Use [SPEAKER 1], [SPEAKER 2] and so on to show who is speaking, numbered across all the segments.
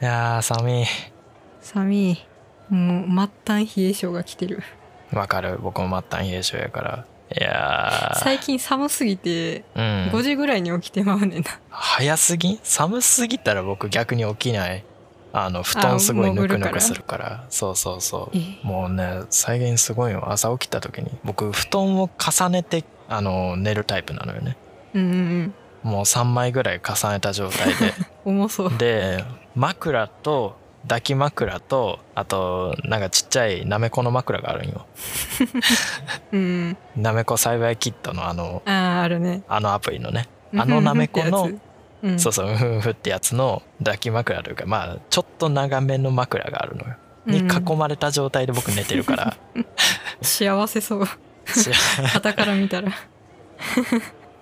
[SPEAKER 1] いやー寒い
[SPEAKER 2] 寒いもう末端冷え性が来てる
[SPEAKER 1] わかる僕も末端冷え性やからいや
[SPEAKER 2] 最近寒すぎて
[SPEAKER 1] ー、う
[SPEAKER 2] 5
[SPEAKER 1] ん、
[SPEAKER 2] 時ぐらいに起きてまうねんな、
[SPEAKER 1] 早すぎん寒すぎたら僕逆に起きないあの布団すごいぬくぬくするからそうそうそう
[SPEAKER 2] え
[SPEAKER 1] もうね最近すごいよ朝起きた時に僕布団を重ねてあの寝るタイプなのよね
[SPEAKER 2] うんうんうん
[SPEAKER 1] もう3枚ぐらい重ねた状態で
[SPEAKER 2] 重そ う
[SPEAKER 1] で枕と抱き枕とあとなんかちっちゃいなめこの枕があるんよ
[SPEAKER 2] うん
[SPEAKER 1] なめこ栽培キットのあの
[SPEAKER 2] あーあるね
[SPEAKER 1] あのアプリのね
[SPEAKER 2] うん
[SPEAKER 1] あのなめこ の
[SPEAKER 2] うんうんうん
[SPEAKER 1] そうそううんふんふってやつの抱き枕というかまあちょっと長めの枕があるのよに
[SPEAKER 2] う
[SPEAKER 1] 囲まれた状態で僕寝てる から、
[SPEAKER 2] ん幸せそう
[SPEAKER 1] 知ら
[SPEAKER 2] 傍から見たら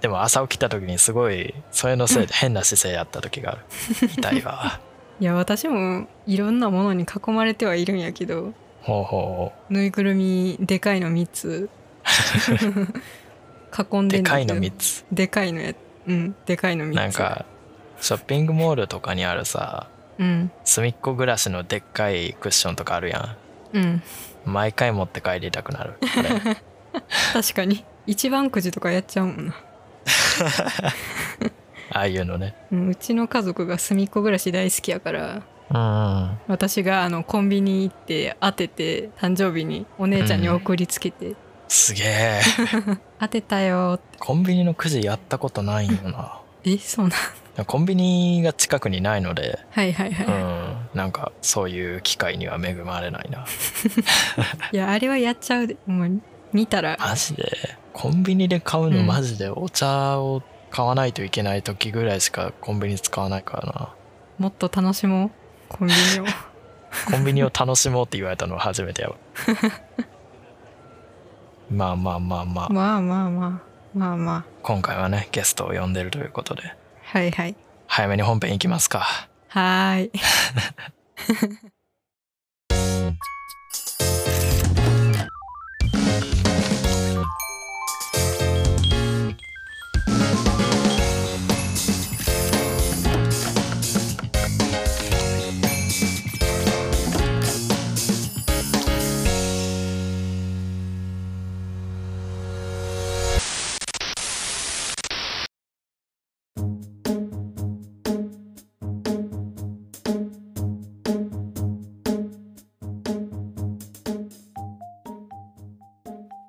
[SPEAKER 1] でも朝起きた時にすごいそれのせいで変な姿勢やった時がある痛いわ
[SPEAKER 2] いや私もいろんなものに囲まれてはいるんやけど
[SPEAKER 1] ほうほ
[SPEAKER 2] ぬいぐるみでかいの3つ囲ん
[SPEAKER 1] う
[SPEAKER 2] で
[SPEAKER 1] で
[SPEAKER 2] んだ
[SPEAKER 1] か
[SPEAKER 2] け
[SPEAKER 1] い
[SPEAKER 2] ど
[SPEAKER 1] の3つ
[SPEAKER 2] でかいのやうんでかいの3つ
[SPEAKER 1] なんかショッピングモールとかにあるさ
[SPEAKER 2] うん
[SPEAKER 1] 隅っこ暮らしのでっかいクッションとかあるや
[SPEAKER 2] うん
[SPEAKER 1] ん毎回持って帰りたくなるこ れ
[SPEAKER 2] 確かに一番くじとかやっちゃうもんな、
[SPEAKER 1] ああいうのね
[SPEAKER 2] うん、うちの家族が隅っこ暮らし大好きやから
[SPEAKER 1] うんうん
[SPEAKER 2] 私があのコンビニ行って当てて誕生日にお姉ちゃんに送りつけて、
[SPEAKER 1] すげえ
[SPEAKER 2] 当てたよーっ
[SPEAKER 1] コンビニのくじやったことないよな
[SPEAKER 2] てえそうなん
[SPEAKER 1] コンビニが近くにないので
[SPEAKER 2] はいはいは
[SPEAKER 1] う
[SPEAKER 2] い、
[SPEAKER 1] んなんかそういう機会には恵まれないない
[SPEAKER 2] やあれはやっちゃうでほんまに見たら
[SPEAKER 1] マジでコンビニで買う
[SPEAKER 2] う
[SPEAKER 1] の
[SPEAKER 2] ん
[SPEAKER 1] マジでお茶を買わないといけない時ぐらいしかコンビニ使わないから
[SPEAKER 2] もっと楽しもうコン ビニを
[SPEAKER 1] なコンビニを楽しもうって言われたのは初めてやわまあまあまあまあ
[SPEAKER 2] まあまあまあまあま
[SPEAKER 1] 今回はねゲストを呼んでるということで
[SPEAKER 2] あはいはい
[SPEAKER 1] 早めに本編いきますか
[SPEAKER 2] はーい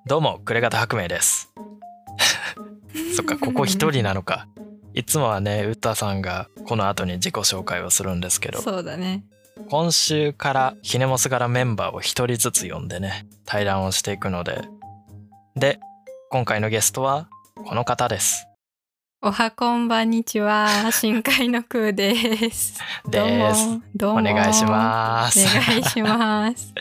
[SPEAKER 1] どうも暮れ方白明です そっかここ一人なのかいつもはねウッタさんがこの後に自己紹介をするんですけど
[SPEAKER 2] そうだね
[SPEAKER 1] 今週からひねもす柄メンバーを一人ずつ呼んでね対談をしていくのでで今回のゲストはこの方です
[SPEAKER 2] おはこんばんにちは深海の空ですどう
[SPEAKER 1] で
[SPEAKER 2] も
[SPEAKER 1] す
[SPEAKER 2] どう
[SPEAKER 1] お
[SPEAKER 2] も
[SPEAKER 1] 願いしま
[SPEAKER 2] お
[SPEAKER 1] す
[SPEAKER 2] 願いします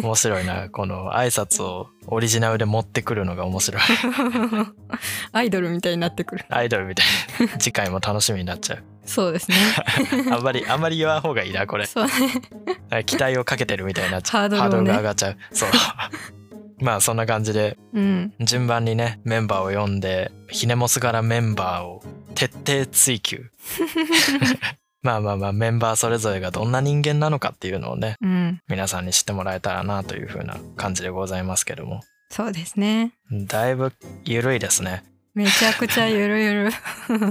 [SPEAKER 1] 面白いなこの挨拶をオリジナルで持ってくるのが面白い
[SPEAKER 2] アイドルみたいになってくる
[SPEAKER 1] アイドルみたいな次回も楽しみになっちゃう
[SPEAKER 2] そうですね
[SPEAKER 1] あんまりあんまり言わん方がいいなこれ
[SPEAKER 2] そうね
[SPEAKER 1] 期待をかけてるみたいになっちゃう
[SPEAKER 2] ハードルをね
[SPEAKER 1] が上がっちゃうそう まあそんな感じで
[SPEAKER 2] うん
[SPEAKER 1] 順番にねメンバーを呼んでひねもす柄メンバーを徹底追 求まあまあまあメンバーそれぞれがどんな人間なのかっていうのをね
[SPEAKER 2] うん
[SPEAKER 1] 皆さんに知ってもらえたらなというふうな感じでございますけども
[SPEAKER 2] そうですね
[SPEAKER 1] だいぶ緩いですね
[SPEAKER 2] めちゃくちゃゆるゆる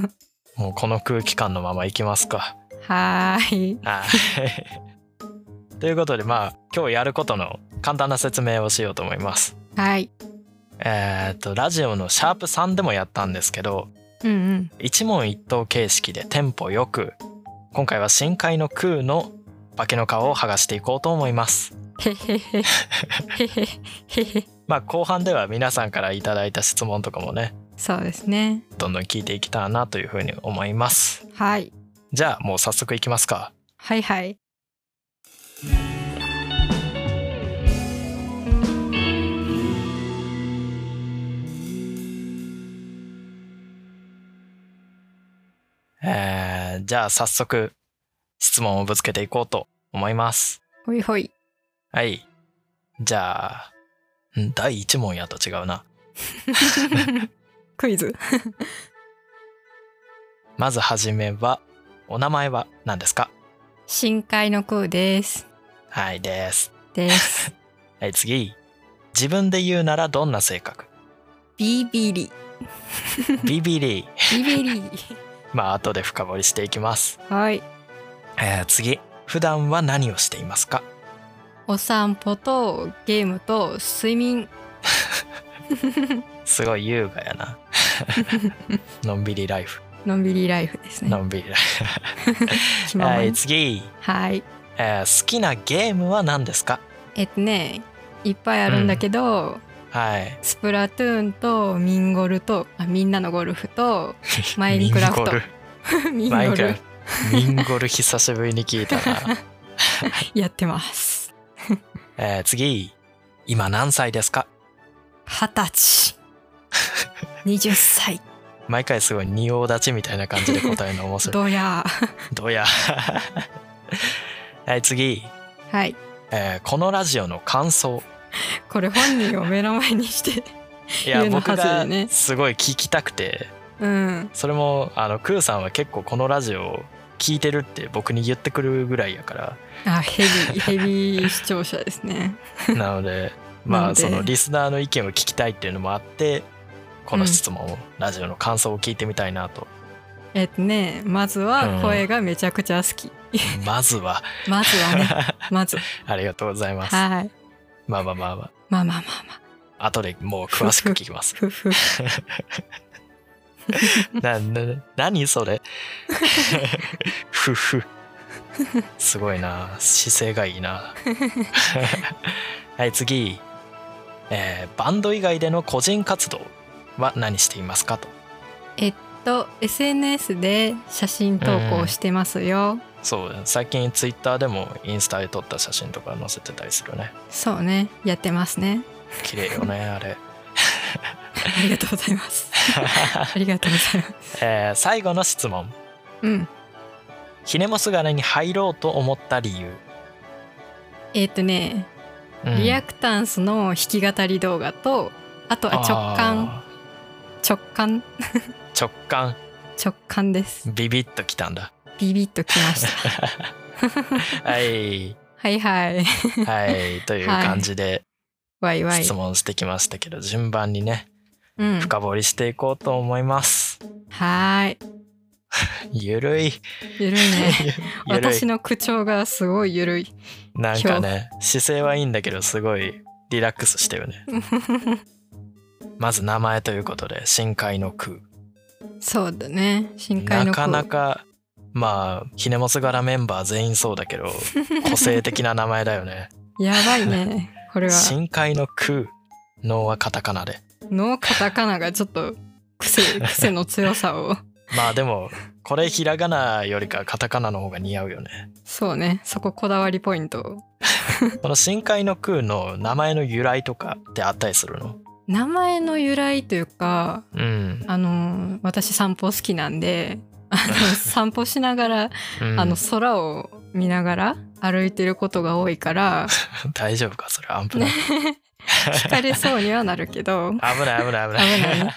[SPEAKER 1] もうこの空気感のままいきますか
[SPEAKER 2] はーい
[SPEAKER 1] はい ということでまあ今日やることの簡単な説明をしようと思います
[SPEAKER 2] はい
[SPEAKER 1] えーっとラジオのシャープ3でもやったんですけど
[SPEAKER 2] うんうん
[SPEAKER 1] 一問一答形式でテンポよく今回は深海の空の化けの皮を剥がしていこうと思います
[SPEAKER 2] へへへへへへへ
[SPEAKER 1] まあ後半では皆さんからいただいた質問とかもね
[SPEAKER 2] そうですね
[SPEAKER 1] どんどん聞いていけたらなというふうに思います
[SPEAKER 2] はい
[SPEAKER 1] じゃあもう早速いきますか
[SPEAKER 2] はいはい
[SPEAKER 1] えーじゃあ早速質問をぶつけていこうと思います
[SPEAKER 2] ほいほい
[SPEAKER 1] はいじゃあん第1問やと違うな
[SPEAKER 2] クイズ
[SPEAKER 1] まずはじめはお名前は何ですか
[SPEAKER 2] 深海の空です。
[SPEAKER 1] はいです。
[SPEAKER 2] です。
[SPEAKER 1] はい、次。自分で言うならどんな性 格
[SPEAKER 2] ビビリ。
[SPEAKER 1] ビビリ。
[SPEAKER 2] ビビリ。
[SPEAKER 1] まあ、後で深掘りしていきます。
[SPEAKER 2] はい。
[SPEAKER 1] えー次。普段は何をしていますか
[SPEAKER 2] お散歩とゲームと睡眠。
[SPEAKER 1] すごい優雅や な。のんびりライフ。
[SPEAKER 2] のんびりライフですね。
[SPEAKER 1] のんびりライ
[SPEAKER 2] 気
[SPEAKER 1] フ。
[SPEAKER 2] まま
[SPEAKER 1] は
[SPEAKER 2] に
[SPEAKER 1] い、次。
[SPEAKER 2] はい。
[SPEAKER 1] えー好きなゲームは何ですか
[SPEAKER 2] えっとね、いっぱいあるんだけど、
[SPEAKER 1] はい。
[SPEAKER 2] スプラトゥーンとミンゴルとあみんなのゴルフ とマインクラフト
[SPEAKER 1] ミンゴル
[SPEAKER 2] ミン
[SPEAKER 1] マイン
[SPEAKER 2] ゴ
[SPEAKER 1] クラ
[SPEAKER 2] ル
[SPEAKER 1] フト。ミンゴル久しぶりに聞いたな。
[SPEAKER 2] やってます。
[SPEAKER 1] えー次。今何歳ですか
[SPEAKER 2] 二十歳。二十歳。
[SPEAKER 1] 毎回すごい仁王立ちみたいな感じで答えるの面白い。
[SPEAKER 2] どうや。
[SPEAKER 1] どうや。 はい、次。
[SPEAKER 2] はい。
[SPEAKER 1] えーこのラジオの感想。
[SPEAKER 2] これ本人を目の前にして。
[SPEAKER 1] いや、
[SPEAKER 2] 言うの
[SPEAKER 1] 僕
[SPEAKER 2] はず
[SPEAKER 1] が
[SPEAKER 2] よね
[SPEAKER 1] すごい聞きたくて、
[SPEAKER 2] うん。
[SPEAKER 1] それも、あの、クーさんは結構このラジオを聞いてるって僕に言ってくるぐらいやから、
[SPEAKER 2] あ、ヘビー、ヘビー視聴者ですね。
[SPEAKER 1] なので
[SPEAKER 2] な
[SPEAKER 1] ま
[SPEAKER 2] の
[SPEAKER 1] あ
[SPEAKER 2] で
[SPEAKER 1] そのリスナーの意見を聞きたいっていうのもあってこの質問を、ラジオの感想を聞いてみたいな と
[SPEAKER 2] えっとね、まずは声がめちゃくちゃ好き。
[SPEAKER 1] まずは
[SPEAKER 2] まずはね、 まず。
[SPEAKER 1] ありがとうございます
[SPEAKER 2] はい。
[SPEAKER 1] まあまあまあま
[SPEAKER 2] まあまあまあまあ。
[SPEAKER 1] あ後でもう詳しく聞きます
[SPEAKER 2] ふふ。
[SPEAKER 1] なな何それふふすごいな姿勢がいいなはい次、えーバンド以外での個人活動は何していますかと
[SPEAKER 2] えっと、SNS で写真投稿してますよ。
[SPEAKER 1] そう最近ツイッターでもインスタで撮った写真とか載せてたりするね
[SPEAKER 2] そうね、やってます ね。
[SPEAKER 1] 綺麗よ ねあれ、
[SPEAKER 2] ありがとうござ います。ありがとうございます。
[SPEAKER 1] えー最後の質問
[SPEAKER 2] うん。
[SPEAKER 1] ひねもすがれに入ろうと思った理由、
[SPEAKER 2] えっとね、
[SPEAKER 1] うん
[SPEAKER 2] リアクタンスの弾き語り動画と、あとは直感、
[SPEAKER 1] あ
[SPEAKER 2] 直感、
[SPEAKER 1] ー直感
[SPEAKER 2] 直感です。
[SPEAKER 1] ビビッときたんだ
[SPEAKER 2] ビビッとき ました。
[SPEAKER 1] はい
[SPEAKER 2] はいはい。
[SPEAKER 1] はいという感じで
[SPEAKER 2] わいわい
[SPEAKER 1] 質。問してきましたけど、順番にね
[SPEAKER 2] うん。は
[SPEAKER 1] 深掘りしていこうと思います
[SPEAKER 2] ーい。
[SPEAKER 1] ゆるい
[SPEAKER 2] ゆるい ね。
[SPEAKER 1] ゆるい
[SPEAKER 2] 私の口調がすごいゆるい。
[SPEAKER 1] なんかね姿勢はいいんだけどすごいリラックスして るねまず名前ということで深海の空
[SPEAKER 2] そうだね。深海の
[SPEAKER 1] な
[SPEAKER 2] 子
[SPEAKER 1] かなかまあひねもす柄メンバー全員そうだ けど個性的な名前だよね
[SPEAKER 2] やばいね。これは。
[SPEAKER 1] 深海の空脳はカタカナで
[SPEAKER 2] のカタカナがちょっと癖、癖の強さを。
[SPEAKER 1] まあでもこれひらがなよりかカタカナの方が似合うよね
[SPEAKER 2] そうね。そここだわりポイント。
[SPEAKER 1] この深海の空の名前の由来とかってあったりするの
[SPEAKER 2] 名前の由来というか、
[SPEAKER 1] うん、
[SPEAKER 2] あの、私散歩好きなんで、あ の散歩しながら、
[SPEAKER 1] うん
[SPEAKER 2] あの、空を見ながら歩いてることが多 いから、
[SPEAKER 1] 大丈夫かそれアンプない
[SPEAKER 2] 惹かれそうにはなるけど、
[SPEAKER 1] 危ない危ない危
[SPEAKER 2] 危
[SPEAKER 1] ない
[SPEAKER 2] ないね。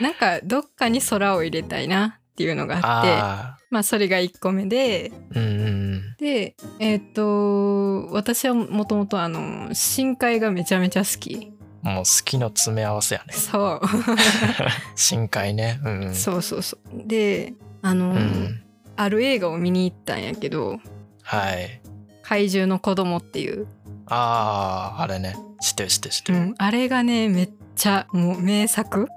[SPEAKER 2] なんか、どっかに空を入れたいなっていうのがあって、
[SPEAKER 1] あ
[SPEAKER 2] まあ、それが1個目で、
[SPEAKER 1] あうんうん
[SPEAKER 2] で、えっ、と、私はもともとあの、深海がめちゃめちゃ好き。
[SPEAKER 1] うんもう好きの詰め合わせやね
[SPEAKER 2] そう。
[SPEAKER 1] 深海ねうんうん
[SPEAKER 2] そうそうそう。で、あの、
[SPEAKER 1] うん
[SPEAKER 2] ある映画を見に行ったんやけど、
[SPEAKER 1] はい
[SPEAKER 2] 怪獣の子供っていう、
[SPEAKER 1] あああれね知ってる知ってる知って
[SPEAKER 2] う
[SPEAKER 1] る、
[SPEAKER 2] ん、あれがね、めっちゃもう名作。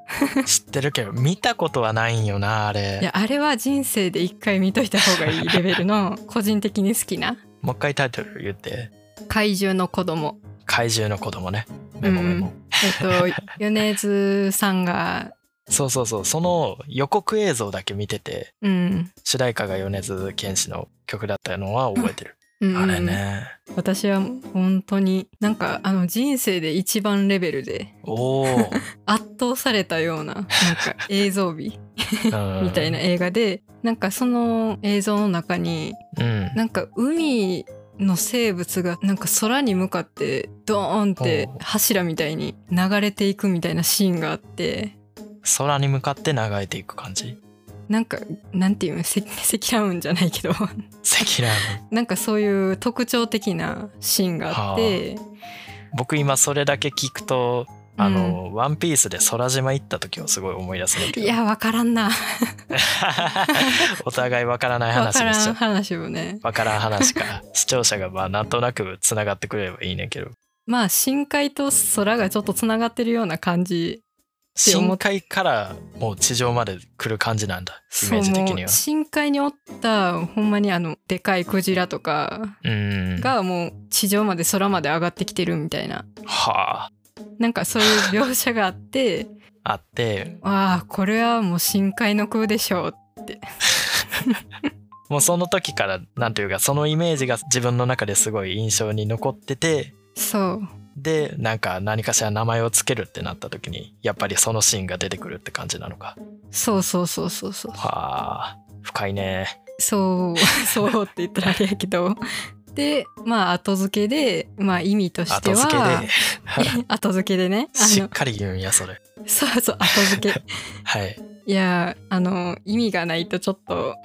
[SPEAKER 1] 知ってるけど見たことはないんよなあれ
[SPEAKER 2] いや、あれは人生で一回見といた方がいいレベルの、 個人的に好きな
[SPEAKER 1] もう一回タイトル言って
[SPEAKER 2] 怪獣の子供。
[SPEAKER 1] 「怪獣の子供ねメモメモ、
[SPEAKER 2] えっと、 米津さんが、
[SPEAKER 1] そうそうそうその予告映像だけ見てて
[SPEAKER 2] うん。
[SPEAKER 1] 主題歌が米津玄師の曲だったのは覚えてる、
[SPEAKER 2] うん
[SPEAKER 1] あれね
[SPEAKER 2] 私は本当になんかあの人生で一番レベルで
[SPEAKER 1] おお、
[SPEAKER 2] 圧倒されたような なんか映像美
[SPEAKER 1] うん
[SPEAKER 2] みたいな映画でなんかその映像の中に
[SPEAKER 1] うん
[SPEAKER 2] なんか海の生物がなんか空に向かってドーンって
[SPEAKER 1] ほう
[SPEAKER 2] 柱みたいに流れていくみたいなシーンがあって
[SPEAKER 1] 空に向かって流れていく感じ
[SPEAKER 2] なんかなんていうのせ 積乱雲じゃないけど
[SPEAKER 1] 積乱雲
[SPEAKER 2] なんかそういう特徴的なシーンがあって、
[SPEAKER 1] 僕今それだけ聞くとあの、ワンピースで空島行った時をすごい思い出すんだけ
[SPEAKER 2] い
[SPEAKER 1] ど
[SPEAKER 2] やわからんな
[SPEAKER 1] お互いわからない
[SPEAKER 2] わ
[SPEAKER 1] 話
[SPEAKER 2] か
[SPEAKER 1] でし
[SPEAKER 2] ら ん
[SPEAKER 1] た
[SPEAKER 2] 話よね
[SPEAKER 1] わからん話か視聴者がまあなんとなくつながってくれればいいねんけど
[SPEAKER 2] まあ深海と空がちょっとつながってるような感じって思
[SPEAKER 1] 深
[SPEAKER 2] っ
[SPEAKER 1] 海からもう地上まで来る感じなんだイ
[SPEAKER 2] そ
[SPEAKER 1] メ
[SPEAKER 2] う
[SPEAKER 1] ージ的
[SPEAKER 2] も
[SPEAKER 1] には
[SPEAKER 2] う深海におったほんまにあのでかいクジラとか
[SPEAKER 1] うん
[SPEAKER 2] がもう地上まで空まで上がってきてるみたいな
[SPEAKER 1] はあ
[SPEAKER 2] なんかそういう描写があって
[SPEAKER 1] あって
[SPEAKER 2] ああこれはもう深海の空でしょう
[SPEAKER 1] もうその時からなんというかそのイメージが自分の中ですごい印象に残ってて
[SPEAKER 2] そう
[SPEAKER 1] でなんか何かしら名前をつけるってなった時にやっぱりそのシーンが出てくるって感じなのか
[SPEAKER 2] そうそうそうそうそう
[SPEAKER 1] はあ深いね
[SPEAKER 2] そう そうって言ったらあれやけどでまあ後付けでまあ意味とし
[SPEAKER 1] 後
[SPEAKER 2] ては
[SPEAKER 1] 付けで
[SPEAKER 2] 後付けでねあ
[SPEAKER 1] しっ
[SPEAKER 2] の
[SPEAKER 1] かり言うんやそれ
[SPEAKER 2] そうそう後付け
[SPEAKER 1] はい
[SPEAKER 2] いやあの意味がないとちょっと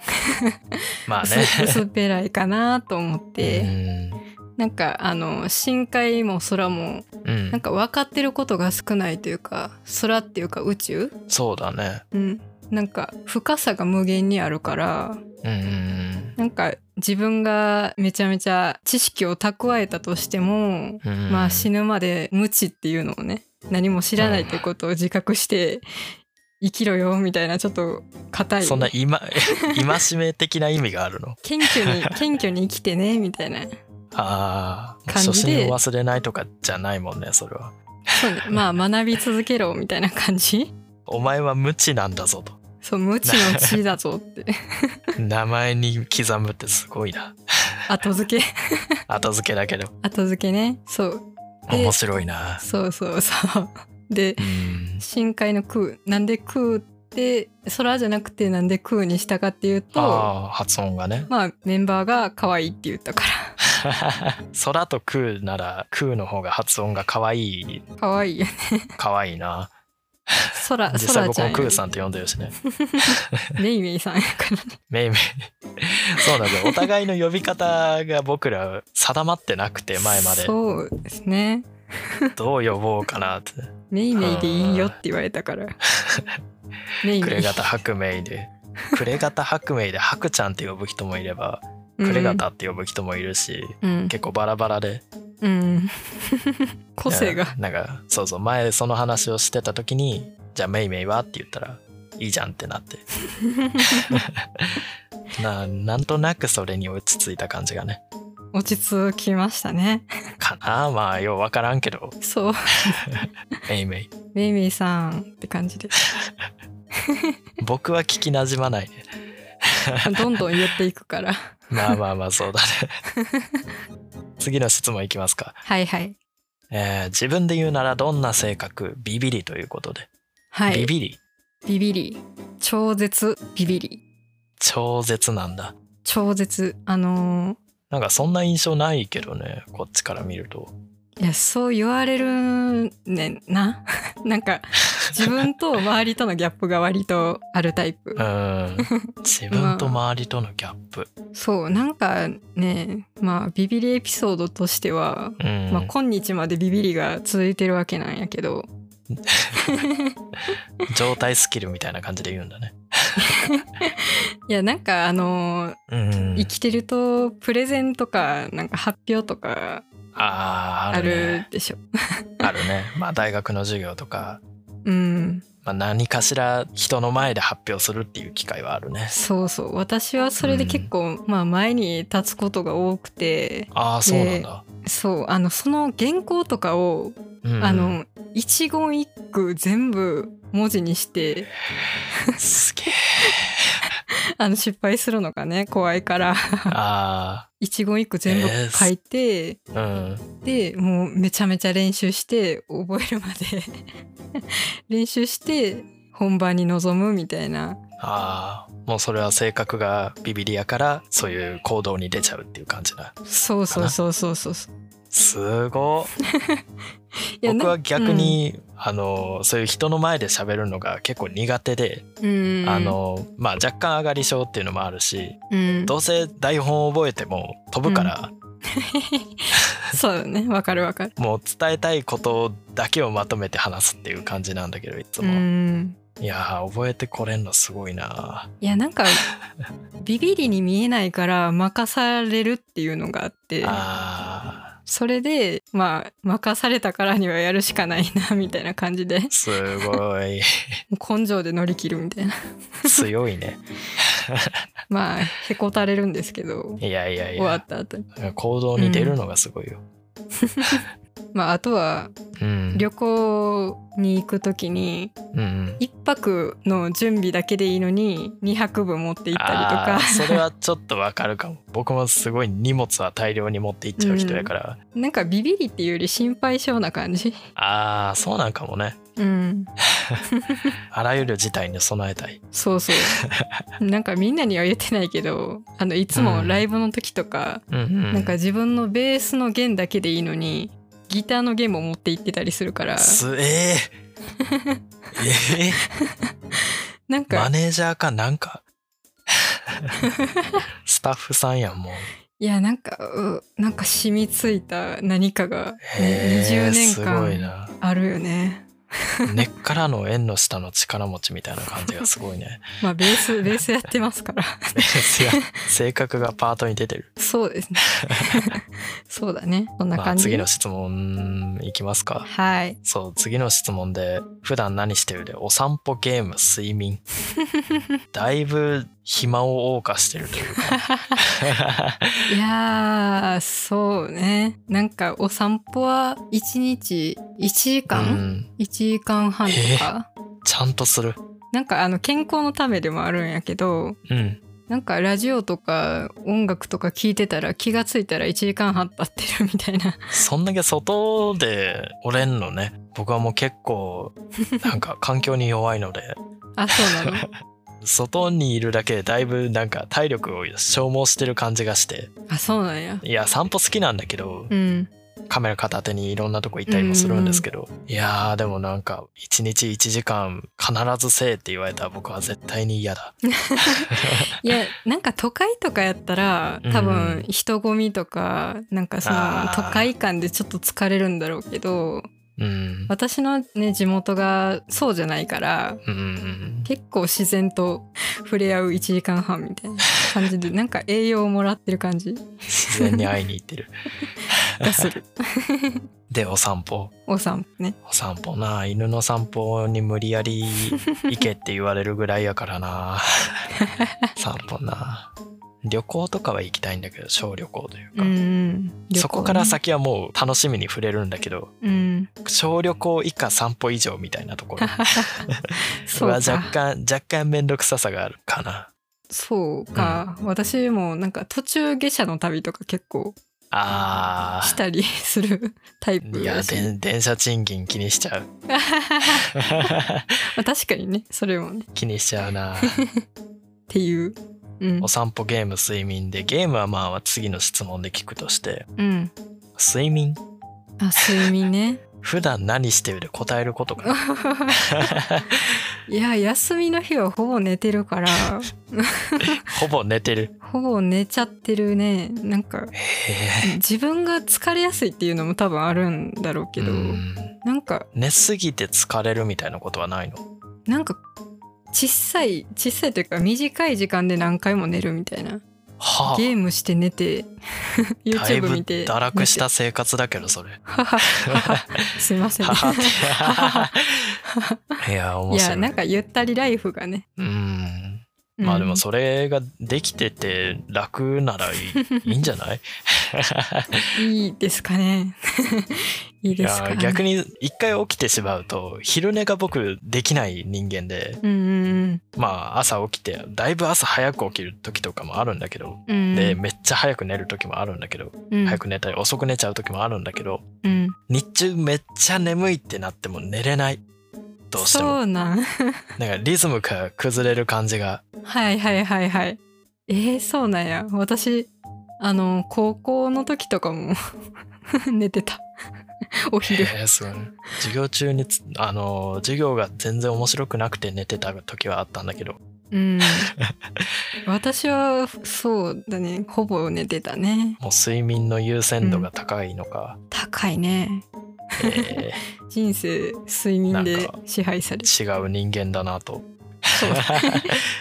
[SPEAKER 1] まあ
[SPEAKER 2] 薄,、
[SPEAKER 1] ね
[SPEAKER 2] 薄っぺらいかなと思ってなんかあの深海も空も
[SPEAKER 1] うん、うん
[SPEAKER 2] なんか分かってることが少ないというか空っていうか宇宙、
[SPEAKER 1] そうだね
[SPEAKER 2] うん、なんか深さが無限にあるから
[SPEAKER 1] うんうんうん
[SPEAKER 2] なんか自分がめちゃめちゃ知識を蓄えたとしても、
[SPEAKER 1] うん
[SPEAKER 2] まあ死ぬまで無知っていうのをね何も知らないということを自覚して生きろよみたいなちょっと硬い
[SPEAKER 1] そんな今 戒め的な意味があるの
[SPEAKER 2] 謙虚 に謙虚に生きてねみたいな
[SPEAKER 1] ああ
[SPEAKER 2] 感じで
[SPEAKER 1] 初心を忘れないとかじゃないもんねそれは
[SPEAKER 2] そうねまあ学び続けろみたいな感じ
[SPEAKER 1] お前は無知なんだぞと
[SPEAKER 2] そう無知の知だぞって
[SPEAKER 1] 名前に刻むってすごい な
[SPEAKER 2] 後付け
[SPEAKER 1] 後付けだけど
[SPEAKER 2] 後付けねそうで
[SPEAKER 1] 面白いな
[SPEAKER 2] そうそうそうで
[SPEAKER 1] うん
[SPEAKER 2] 深海の空なんで空って空じゃなくてなんで空にしたかっていうと
[SPEAKER 1] ああ発音がね
[SPEAKER 2] まあメンバーが可愛いって言ったか
[SPEAKER 1] 空と空なら空の方が発音が可愛い
[SPEAKER 2] ら 可愛いよね
[SPEAKER 1] 可愛いな
[SPEAKER 2] 空
[SPEAKER 1] 実際
[SPEAKER 2] 空
[SPEAKER 1] 僕
[SPEAKER 2] ちゃ
[SPEAKER 1] も
[SPEAKER 2] ん
[SPEAKER 1] 空
[SPEAKER 2] よ
[SPEAKER 1] さんって呼んでるしね
[SPEAKER 2] メイメイさんやからね
[SPEAKER 1] めいめい そうなんだよお互いの呼び方が僕ら定まってなくて前まで
[SPEAKER 2] そうですね
[SPEAKER 1] どう呼ぼうかなって
[SPEAKER 2] メイメイでいいよって言われたからメイ
[SPEAKER 1] ク
[SPEAKER 2] メ
[SPEAKER 1] レ
[SPEAKER 2] イ
[SPEAKER 1] ガタ白明でクレガタ白明で白ちゃんって呼ぶ人もいればクレガタって呼ぶ人もいるし、
[SPEAKER 2] うん、
[SPEAKER 1] 結構バラバラで
[SPEAKER 2] うん 個性が
[SPEAKER 1] なんかそうそう前その話をしてた時にじゃあメイメイはって言ったらいいじゃんってなって ななんとなくそれに落ち着いた感じがね
[SPEAKER 2] 落ち着きましたね
[SPEAKER 1] かなまあようわからんけど
[SPEAKER 2] そう
[SPEAKER 1] メイメイ
[SPEAKER 2] メイメイさんって 感じで
[SPEAKER 1] 僕は聞きなじまないね
[SPEAKER 2] どんどん言っていくから
[SPEAKER 1] まあまあまあそうだね 次の質問いきますか、
[SPEAKER 2] はいはい
[SPEAKER 1] えー自分で言うならどんな性格ビビリということで、
[SPEAKER 2] はい
[SPEAKER 1] ビビリ
[SPEAKER 2] ビビリ超絶ビビリ
[SPEAKER 1] 超絶なんだ
[SPEAKER 2] 超絶あの
[SPEAKER 1] なんかそんな印象ないけどねこっちから見ると
[SPEAKER 2] ーいやそう言われるねんな なんか自分と周りとのギャップが割とあるタイプ
[SPEAKER 1] うん自分と周りとのギャップ、
[SPEAKER 2] そうなんかねまあビビリエピソードとしては、
[SPEAKER 1] うん
[SPEAKER 2] まあ、今日までビビリが続いてるわけなんやけど
[SPEAKER 1] 状態スキルみたいな感じで言うんだね
[SPEAKER 2] いやなんかあのー
[SPEAKER 1] うん
[SPEAKER 2] 生きてるとプレゼンとかなんか発表とか
[SPEAKER 1] あー
[SPEAKER 2] あ
[SPEAKER 1] ある
[SPEAKER 2] る
[SPEAKER 1] ね
[SPEAKER 2] でしょ、
[SPEAKER 1] あるねまあ大学の授業とか、
[SPEAKER 2] うん
[SPEAKER 1] まあ、何かしら人の前で発表するっていう機会はあるね
[SPEAKER 2] そうそう私はそれで結構、まあ前に立つことが多くて
[SPEAKER 1] ああそうなんだ、
[SPEAKER 2] そうあのその原稿とかを、
[SPEAKER 1] うん
[SPEAKER 2] あの一言一句全部文字にして
[SPEAKER 1] すげえ
[SPEAKER 2] あの失敗するのがね怖いから
[SPEAKER 1] あ
[SPEAKER 2] 一言一句全部書いて、
[SPEAKER 1] あうん
[SPEAKER 2] でもうめちゃめちゃ練習して覚えるまで 練習して本番に臨むみたいな
[SPEAKER 1] ああもうそれは性格がビビリやからそういう行動に出ちゃうっていう感じだ
[SPEAKER 2] そうそうそうそうそうそう
[SPEAKER 1] すごっ
[SPEAKER 2] いや
[SPEAKER 1] 僕は
[SPEAKER 2] な
[SPEAKER 1] 逆に、あのそういう人の前で喋るのが結構苦手で、
[SPEAKER 2] うん
[SPEAKER 1] あのまあ、若干上がり症っていうのもあるし
[SPEAKER 2] うん
[SPEAKER 1] どうせ台本を覚えても飛ぶから、
[SPEAKER 2] そうよねわかるわかる
[SPEAKER 1] もう伝えたいことだけをまとめて話すっていう感じなんだけどいつ
[SPEAKER 2] う
[SPEAKER 1] も、
[SPEAKER 2] ん
[SPEAKER 1] いやー覚えてこれんのすごいない
[SPEAKER 2] やなんかビビりに見えないから任されるっていうのがあって
[SPEAKER 1] あ
[SPEAKER 2] それでまあ任されたからにはやるしかないなみたいな感じで
[SPEAKER 1] ーすご い
[SPEAKER 2] もう根性で乗り切るみたいな
[SPEAKER 1] 強いね
[SPEAKER 2] まあへこたれるんですけど
[SPEAKER 1] いやいやい
[SPEAKER 2] 終わ
[SPEAKER 1] や
[SPEAKER 2] った後に
[SPEAKER 1] 行動に出るのがすごいよ、
[SPEAKER 2] まああとは
[SPEAKER 1] うん
[SPEAKER 2] 旅行に行く時に
[SPEAKER 1] うんうん
[SPEAKER 2] 1泊の準備だけでいいのに2泊分持って行ったりと
[SPEAKER 1] あ
[SPEAKER 2] か
[SPEAKER 1] ーそれはちょっとわかるかも僕もすごい荷物は大量に持っていっちゃう人やから、
[SPEAKER 2] なんかビビりっていうより心配性な感じ
[SPEAKER 1] ああそうなんかもね
[SPEAKER 2] うん
[SPEAKER 1] あらゆる事態に備えたい
[SPEAKER 2] そうそ うなんかみんなには言ってないけどあのいつもライブの時とか、
[SPEAKER 1] うんうん
[SPEAKER 2] なんか自分のベースの弦だけでいいのにギターの弦も持って行ってたりするから
[SPEAKER 1] す えー、え
[SPEAKER 2] なん
[SPEAKER 1] ー、マ
[SPEAKER 2] か
[SPEAKER 1] ネージャーかなん かスタッフさんやんもう
[SPEAKER 2] いやなんかうなんか染みついた何かが
[SPEAKER 1] へ
[SPEAKER 2] 20
[SPEAKER 1] え
[SPEAKER 2] 年
[SPEAKER 1] すごい
[SPEAKER 2] 間
[SPEAKER 1] な
[SPEAKER 2] あるよね
[SPEAKER 1] 根っからの縁の下の力持ちみたいな感じがすごい ね
[SPEAKER 2] まあベー スベースやってますから
[SPEAKER 1] いや性格がパートに出てる、
[SPEAKER 2] そうで すねそうだねそんな
[SPEAKER 1] まあ、
[SPEAKER 2] 感じ、
[SPEAKER 1] 次の質問いきますか
[SPEAKER 2] はい
[SPEAKER 1] そう次の質問で「普段何してる?」で「お散歩ゲーム睡眠」だいぶ暇を謳歌してるというか
[SPEAKER 2] いやーそうねなんかお散歩は1日1時
[SPEAKER 1] う
[SPEAKER 2] 間、
[SPEAKER 1] ん
[SPEAKER 2] 1時間半とか、
[SPEAKER 1] ちゃんとする
[SPEAKER 2] なんかあの健康のためでもあるんやけど
[SPEAKER 1] うん
[SPEAKER 2] なんかラジオとか音楽とか聞いてたら気がついたら1時間半経ってるみたいな
[SPEAKER 1] そんだけ外でおれんのね僕はもう結構なんか環境に弱いので
[SPEAKER 2] あそうな の
[SPEAKER 1] 外にいるだけでだいぶなんか体力を消耗してる感じがして
[SPEAKER 2] あそうなんや
[SPEAKER 1] いや散歩好きなんだけど
[SPEAKER 2] うん
[SPEAKER 1] カメラ片手にいろんなとこ行ったりもするんですけど、いやーでもなんか1日1時間必ずせえって言われたら僕は絶対に嫌だ
[SPEAKER 2] いやなんか都会とかやったら多分人混みとかなんかその
[SPEAKER 1] あー
[SPEAKER 2] 都会感でちょっと疲れるんだろうけど
[SPEAKER 1] うん
[SPEAKER 2] 私のね地元がそうじゃないから
[SPEAKER 1] うんうん
[SPEAKER 2] 結構自然と 触れ合う1時間半みたいな感じでなんか栄養をもらってる感じ
[SPEAKER 1] 自然に会いに行ってる
[SPEAKER 2] がする
[SPEAKER 1] でお散歩
[SPEAKER 2] お散歩ね
[SPEAKER 1] お散歩な犬の散歩に無理やり行けって言われるぐらいやから な散歩な旅行とかは行きたいんだけど小旅行という
[SPEAKER 2] う
[SPEAKER 1] か、
[SPEAKER 2] んうん、旅行ね
[SPEAKER 1] そこから、先はもう楽しみに触れるんだけど
[SPEAKER 2] うん、
[SPEAKER 1] 小旅行以下散歩以上みたいなと ころ
[SPEAKER 2] そう
[SPEAKER 1] は
[SPEAKER 2] か
[SPEAKER 1] 若干若干面倒くささがあるかな
[SPEAKER 2] そうか、私もなんか途中下車の旅とか結構
[SPEAKER 1] あ
[SPEAKER 2] し
[SPEAKER 1] ー
[SPEAKER 2] たりするタイプ
[SPEAKER 1] いや
[SPEAKER 2] だし
[SPEAKER 1] で電車賃金気にしちゃう
[SPEAKER 2] まあ確かにねそれもね
[SPEAKER 1] 気にしちゃうな
[SPEAKER 2] っていううん
[SPEAKER 1] お散歩ゲーム睡眠でゲームはまあ次の質問で聞くとして
[SPEAKER 2] うん
[SPEAKER 1] 睡眠
[SPEAKER 2] あ睡眠ね
[SPEAKER 1] 普段何してるで答えることが
[SPEAKER 2] いや休みの日はほぼ寝てる から
[SPEAKER 1] ほぼ寝てる
[SPEAKER 2] ほぼ寝ちゃってるねなんか
[SPEAKER 1] へえ
[SPEAKER 2] 自分が疲れやすいっていうのも多分あるんだろうけど、
[SPEAKER 1] うん
[SPEAKER 2] なんか
[SPEAKER 1] 寝すぎて疲れるみたいなことはないの
[SPEAKER 2] なんか小さい小さいというか短い時間で何回も寝るみたいな
[SPEAKER 1] はあ
[SPEAKER 2] ゲームして寝て
[SPEAKER 1] だい
[SPEAKER 2] YouTube
[SPEAKER 1] ぶ
[SPEAKER 2] 見て
[SPEAKER 1] 堕落した生活だけどそれ
[SPEAKER 2] ははははすいませんね
[SPEAKER 1] ははっていや
[SPEAKER 2] い
[SPEAKER 1] 面白
[SPEAKER 2] や
[SPEAKER 1] い
[SPEAKER 2] なんかゆったりライフがね、
[SPEAKER 1] うん
[SPEAKER 2] うん
[SPEAKER 1] まあでもそれができてて楽ならいいいいんじゃない
[SPEAKER 2] いいですかね いい
[SPEAKER 1] い
[SPEAKER 2] ですか
[SPEAKER 1] や逆に一回起きてしまうと昼寝が僕できない人間で
[SPEAKER 2] うんうん
[SPEAKER 1] まあ朝起きてだいぶ朝早く起きる時とかもあるんだけど
[SPEAKER 2] うんうん
[SPEAKER 1] でめっちゃ早く寝る時もあるんだけど
[SPEAKER 2] うん
[SPEAKER 1] 早く寝たり遅く寝ちゃう時もあるんだけど
[SPEAKER 2] うん
[SPEAKER 1] 日中めっちゃ眠いってなっても寝れないどうして
[SPEAKER 2] そ
[SPEAKER 1] も
[SPEAKER 2] うなん
[SPEAKER 1] なんかリズムが崩れる感じが
[SPEAKER 2] はいはいはいはいえー、そうなんや私あの高校の時とかも 寝てたお昼。
[SPEAKER 1] えーすごいね授業中につあの授業が全然面白くなくて寝てた時はあったんだけど
[SPEAKER 2] うん。私はそうだね。ほぼ寝てたね。
[SPEAKER 1] もう睡眠の優先度が高いのか、
[SPEAKER 2] 高いね。
[SPEAKER 1] え
[SPEAKER 2] 人生睡眠で支配される。
[SPEAKER 1] ー違う人間だなと、
[SPEAKER 2] そう。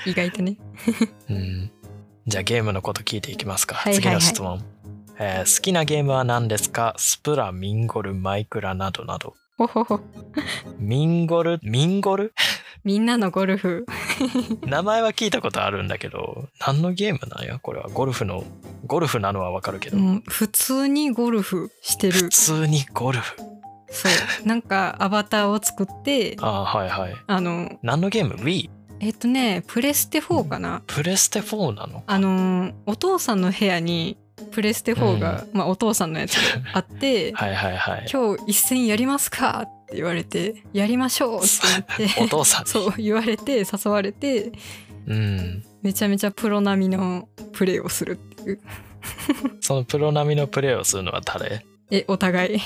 [SPEAKER 2] 意外とね。
[SPEAKER 1] うん、じゃあゲームのこと聞いていきますか、
[SPEAKER 2] はいはいはい
[SPEAKER 1] 次の質問、えー好きなゲームは何ですかスプラミンゴルマイクラなどなど
[SPEAKER 2] ほほほ。
[SPEAKER 1] ミンゴルミン ゴル
[SPEAKER 2] みんなのゴルフ。
[SPEAKER 1] 名前は聞いたことあるんだけど何のゲームなんやこれはゴルフのゴルフなのはわかるけど、
[SPEAKER 2] もう普通にゴルフして
[SPEAKER 1] 普
[SPEAKER 2] る。
[SPEAKER 1] 通にゴルフ
[SPEAKER 2] そう。なんかアバターを作って、
[SPEAKER 1] あーはいはい
[SPEAKER 2] あの、
[SPEAKER 1] 何のゲーム ?Wii?
[SPEAKER 2] えっとね、プレステ4かな。
[SPEAKER 1] プレステ4なの
[SPEAKER 2] あの、お父さんの部屋にプレステ4が、まあお父さんのやつがあって、
[SPEAKER 1] はいはいはい
[SPEAKER 2] 今日一戦やりますかって言われて、やりましょうっ てなっ
[SPEAKER 1] お
[SPEAKER 2] て、
[SPEAKER 1] 父さんに
[SPEAKER 2] そう言われて、誘われて、
[SPEAKER 1] うん
[SPEAKER 2] めちゃめちゃプロ並みのプレーをするっていう。
[SPEAKER 1] そのプロ並みのプレーをするのは誰
[SPEAKER 2] え、お互い。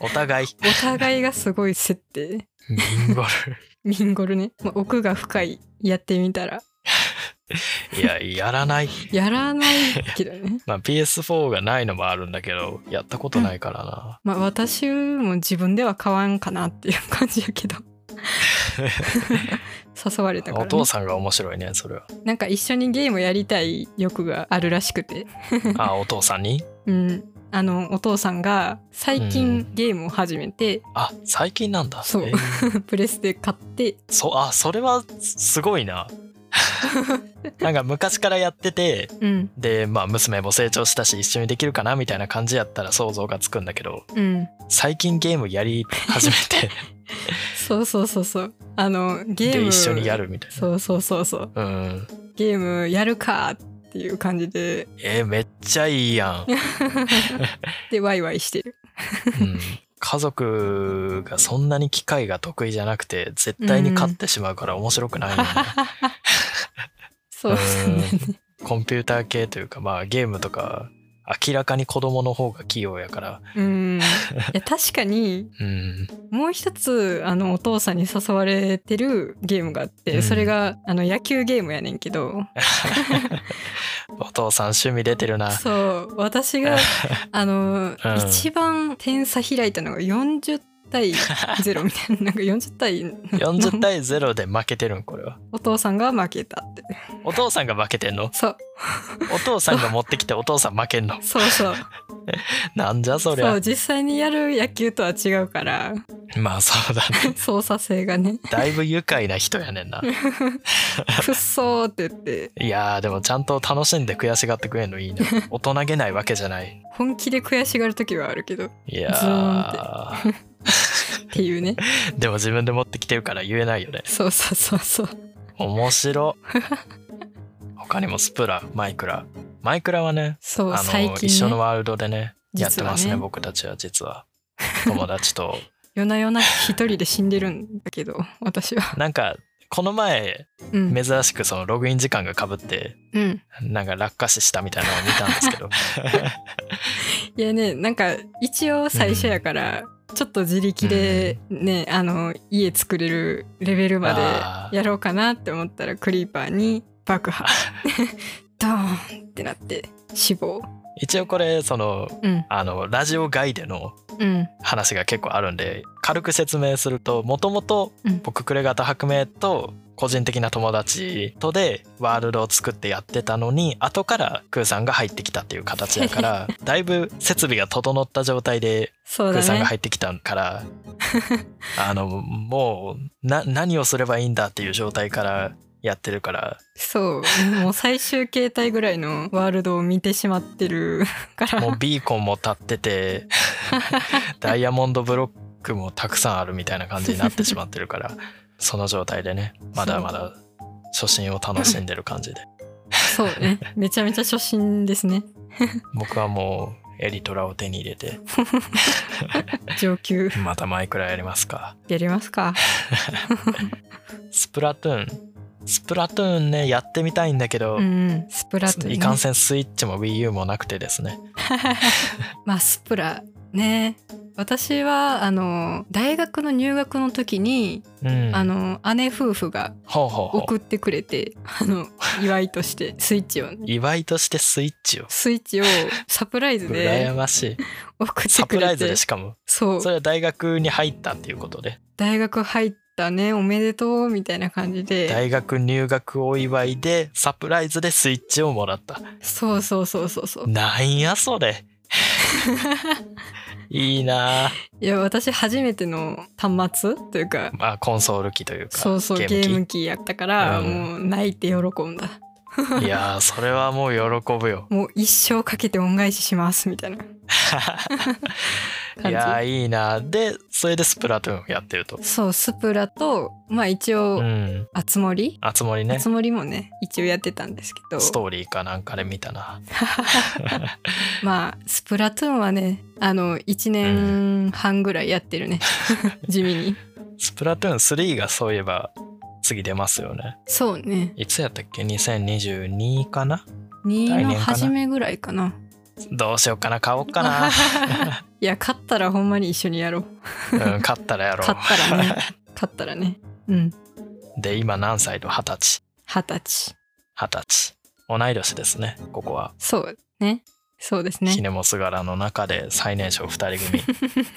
[SPEAKER 1] お互い
[SPEAKER 2] お互いがすごい設定。
[SPEAKER 1] ミンゴ
[SPEAKER 2] ミンゴルね。まあ、奥が深い。やってみたら。
[SPEAKER 1] ルいややらない
[SPEAKER 2] やらないけど ね。
[SPEAKER 1] まあ PS4 がないのもあるんだけどやったことないからな、
[SPEAKER 2] まあ私も自分では買わんかなっていう感じやけ ど誘われたから、
[SPEAKER 1] お
[SPEAKER 2] ね、
[SPEAKER 1] 父さんが面白いねそれは
[SPEAKER 2] なんか一緒にゲームやりたい欲があるらしくて
[SPEAKER 1] あお父さんに
[SPEAKER 2] うんあのお父さんが最
[SPEAKER 1] う
[SPEAKER 2] 近
[SPEAKER 1] ん
[SPEAKER 2] ゲームを始めて、
[SPEAKER 1] あ最近なんだ
[SPEAKER 2] そう
[SPEAKER 1] えー
[SPEAKER 2] プレスで買って
[SPEAKER 1] そあそれはすごい ななんか昔からやってて
[SPEAKER 2] うん
[SPEAKER 1] でまあ娘も成長したし一緒にできるかなみたいな感じやったら想像がつくんだけど
[SPEAKER 2] うん
[SPEAKER 1] 最近ゲームやり始め て
[SPEAKER 2] そうそうそうそうあのゲー
[SPEAKER 1] で
[SPEAKER 2] ム
[SPEAKER 1] 一緒にやるみたいな
[SPEAKER 2] そうそうそうそう
[SPEAKER 1] うん
[SPEAKER 2] ゲームやるかっていう感じで
[SPEAKER 1] えーめっちゃいいやん、
[SPEAKER 2] でワイワイしてる
[SPEAKER 1] うん家族がそんなに機械が得意じゃなくて絶対に勝ってしまうから面白くないよね、
[SPEAKER 2] そうなんだよね
[SPEAKER 1] コンピューター系というかまあゲームとか明らかに子供の方が器用やから
[SPEAKER 2] うんいや確かに
[SPEAKER 1] うん
[SPEAKER 2] もう一つあのお父さんに誘われてるゲームがあって、
[SPEAKER 1] うん
[SPEAKER 2] それがあの野球ゲームやねんけど
[SPEAKER 1] お父さん趣味出てるな
[SPEAKER 2] そう私 があの、
[SPEAKER 1] うん
[SPEAKER 2] 一番点差開いたのが40対0みたいななんか40対
[SPEAKER 1] 40対0で負けてるんこれは
[SPEAKER 2] お父さんが負けたって
[SPEAKER 1] お父さんが負けてんの
[SPEAKER 2] そう
[SPEAKER 1] お父さんが持ってきてお父さん負けんの
[SPEAKER 2] そうそう
[SPEAKER 1] なんじゃそり
[SPEAKER 2] そ
[SPEAKER 1] ゃ
[SPEAKER 2] う実際にやる野球とは違うから
[SPEAKER 1] まあそうだね
[SPEAKER 2] 操作性 がね
[SPEAKER 1] だいぶ愉快な人やねんな
[SPEAKER 2] くっそーって言って
[SPEAKER 1] いやーでもちゃんと楽しんで悔しがってくれんのいいな大人げないわけじゃない
[SPEAKER 2] 本気で悔しがる時はあるけどっ
[SPEAKER 1] いや
[SPEAKER 2] ズー
[SPEAKER 1] ー
[SPEAKER 2] ていうね
[SPEAKER 1] でも自分で持ってきてるから言えないよね
[SPEAKER 2] そうそうそうそう
[SPEAKER 1] 面 白他にもスプラマイクラマイクラはね
[SPEAKER 2] そう
[SPEAKER 1] あ
[SPEAKER 2] 最
[SPEAKER 1] の
[SPEAKER 2] 近、
[SPEAKER 1] 一
[SPEAKER 2] ね、
[SPEAKER 1] 緒のワールドでねやってますね
[SPEAKER 2] 実はね
[SPEAKER 1] 僕たちは実は友達と
[SPEAKER 2] 夜な夜な一人で死んでるんだけど私は
[SPEAKER 1] なんかこの前
[SPEAKER 2] うん、
[SPEAKER 1] 珍しくそのログイン時間がかぶって
[SPEAKER 2] うん、
[SPEAKER 1] なんか落下死したみたいなのを見たんですけ ど
[SPEAKER 2] いやねなんか一応最初やから、ちょっと自力でね、あの家作れるレベルま
[SPEAKER 1] あー
[SPEAKER 2] でやろうかなって思ったらクリーパーに 爆破ドーンってなって死亡
[SPEAKER 1] 一応これその
[SPEAKER 2] うん
[SPEAKER 1] あのラジオ外での
[SPEAKER 2] うん
[SPEAKER 1] 話が結構あるんで軽く説明するともともと
[SPEAKER 2] うん
[SPEAKER 1] 僕クレガタ白明と個人的な友達とでワールドを作ってやってたのに後からクーさんが入ってきたっていう形だから だいぶ設備が整った状態で
[SPEAKER 2] そ
[SPEAKER 1] ク
[SPEAKER 2] う
[SPEAKER 1] ー
[SPEAKER 2] だ
[SPEAKER 1] さんが
[SPEAKER 2] ね
[SPEAKER 1] 入ってきたからあのもうな何をすればいいんだっていう状態からやってるから
[SPEAKER 2] そうもう最終形態ぐらいのワールドを見てしまっ てるから
[SPEAKER 1] もうビーコンも立ってて ダイヤモンドブロックもたくさんあるみたいな感じになってしまってるからその状態でねまだまだ初心を楽しんでる感じで
[SPEAKER 2] そうねめちゃめちゃ初心ですね
[SPEAKER 1] 僕はもうエリトラを手に入れて
[SPEAKER 2] 上級
[SPEAKER 1] またマイクラやりますか
[SPEAKER 2] やりますか
[SPEAKER 1] スプラトゥーンスプラトゥーンねやってみたいんだけど、
[SPEAKER 2] うん、スプラトゥーンね、
[SPEAKER 1] いかんせんスイッチも WiiU もなくてですね
[SPEAKER 2] まあスプラね私はあの大学の入学の時に、
[SPEAKER 1] うん
[SPEAKER 2] あの姉夫婦が
[SPEAKER 1] ほうほうほう
[SPEAKER 2] 送ってくれてあ の祝いとしてスイッチをね
[SPEAKER 1] 祝いとしてスイッチを
[SPEAKER 2] スイッチをサプライズ
[SPEAKER 1] 羨
[SPEAKER 2] で
[SPEAKER 1] ま しい
[SPEAKER 2] 送って
[SPEAKER 1] サ
[SPEAKER 2] く
[SPEAKER 1] プラ
[SPEAKER 2] れ
[SPEAKER 1] イズ
[SPEAKER 2] て
[SPEAKER 1] でしかも
[SPEAKER 2] そう
[SPEAKER 1] それは大学に入ったっていうことで
[SPEAKER 2] 大学入ったねおめでとうみたいな感じで
[SPEAKER 1] 大学入学お祝いでサプライズでスイッチをもらった
[SPEAKER 2] そうそうそうそうそう
[SPEAKER 1] なんやそ れいいなあ
[SPEAKER 2] いや私初めての端末というか
[SPEAKER 1] まあコンソール機というか
[SPEAKER 2] そうそうゲ
[SPEAKER 1] ゲ
[SPEAKER 2] ー
[SPEAKER 1] ー
[SPEAKER 2] ム
[SPEAKER 1] ム
[SPEAKER 2] 機やったから、
[SPEAKER 1] うん
[SPEAKER 2] もう泣いて喜んだ
[SPEAKER 1] 機いやーそれはもう喜ぶよ
[SPEAKER 2] もう一生かけて恩返ししますみたいな感 じ
[SPEAKER 1] いやーいいなあでそれでスプラトゥーンやってると
[SPEAKER 2] そうスプラとまあ一
[SPEAKER 1] う
[SPEAKER 2] 応
[SPEAKER 1] ん
[SPEAKER 2] あつ森
[SPEAKER 1] あつ森
[SPEAKER 2] あ
[SPEAKER 1] ね
[SPEAKER 2] つ森もね一応やってたんですけど
[SPEAKER 1] ストーリーかなんかで見たな
[SPEAKER 2] まあスプラトゥーンはねあの1年半ぐらいやっ てるね地味に
[SPEAKER 1] スプラトゥーン3がそういえば次出ますよね
[SPEAKER 2] そうね
[SPEAKER 1] いつやったっけ2022かな
[SPEAKER 2] 2
[SPEAKER 1] 来
[SPEAKER 2] の
[SPEAKER 1] 年かな
[SPEAKER 2] 初めぐらいかな
[SPEAKER 1] どうしようかな買おうか な
[SPEAKER 2] いや勝ったらほんまに一緒に やろう
[SPEAKER 1] うん買ったらやろ
[SPEAKER 2] 勝っ たらね勝ったらねうん
[SPEAKER 1] うで今何歳の二十歳
[SPEAKER 2] 二十歳
[SPEAKER 1] 二十歳同い年ですねここは、
[SPEAKER 2] そうねそうです
[SPEAKER 1] ひ
[SPEAKER 2] ね
[SPEAKER 1] ねもすがらの中で最年少二人 組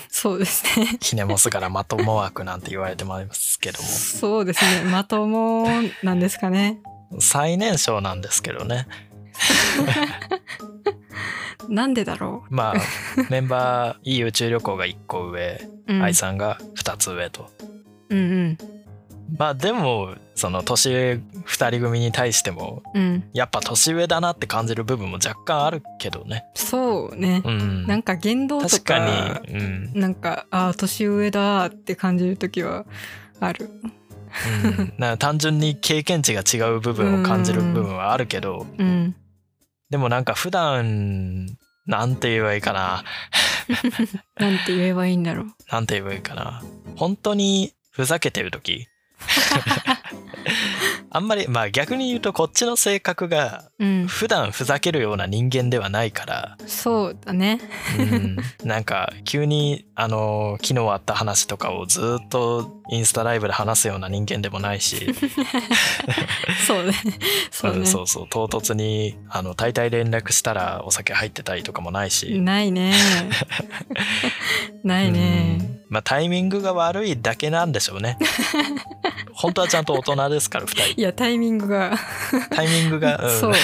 [SPEAKER 2] そうですね
[SPEAKER 1] ひねもすがらまとも枠なんて言われてますけども
[SPEAKER 2] そうですねまともなんです かね
[SPEAKER 1] 最年少なんですけどね
[SPEAKER 2] なんでだろ
[SPEAKER 1] まあメンバーいい宇宙旅行が1個上
[SPEAKER 2] う、うん、
[SPEAKER 1] 愛さんが2つ上と
[SPEAKER 2] うん
[SPEAKER 1] まあでもその年上2人組に対しても
[SPEAKER 2] うんうん
[SPEAKER 1] やっぱ年上だなって感じる部分も若干あるけどね
[SPEAKER 2] そうね、
[SPEAKER 1] うん
[SPEAKER 2] なんか言動とか
[SPEAKER 1] 確かに、うん
[SPEAKER 2] なんかああ年上だって感じる時はある
[SPEAKER 1] うん、なんか単純に経験値が違う部分を感じる部分はあるけど
[SPEAKER 2] うん
[SPEAKER 1] でもなんか普段なんて言えばいいかな
[SPEAKER 2] なんて言えばいいんだろう
[SPEAKER 1] なんて言えばいいかな本当にふざけてる 時あんまりまあ逆に言うとこっちの性格が
[SPEAKER 2] うん
[SPEAKER 1] 普段ふざけるような人間ではないから、
[SPEAKER 2] そうだね
[SPEAKER 1] うん、なんか急にあの昨日あった話とかをずっとインスタライブで話すような人間でもないし
[SPEAKER 2] そう ね そう
[SPEAKER 1] うん
[SPEAKER 2] ね
[SPEAKER 1] そうそう唐突にあの大体連絡したらお酒入ってたりとかもないし、
[SPEAKER 2] な いねないね
[SPEAKER 1] うんまあ、タイミングが悪いだけなんでしょ うね本当はちゃんと大人ですから2人
[SPEAKER 2] いやタイミングが
[SPEAKER 1] タイミングが、うん
[SPEAKER 2] そうね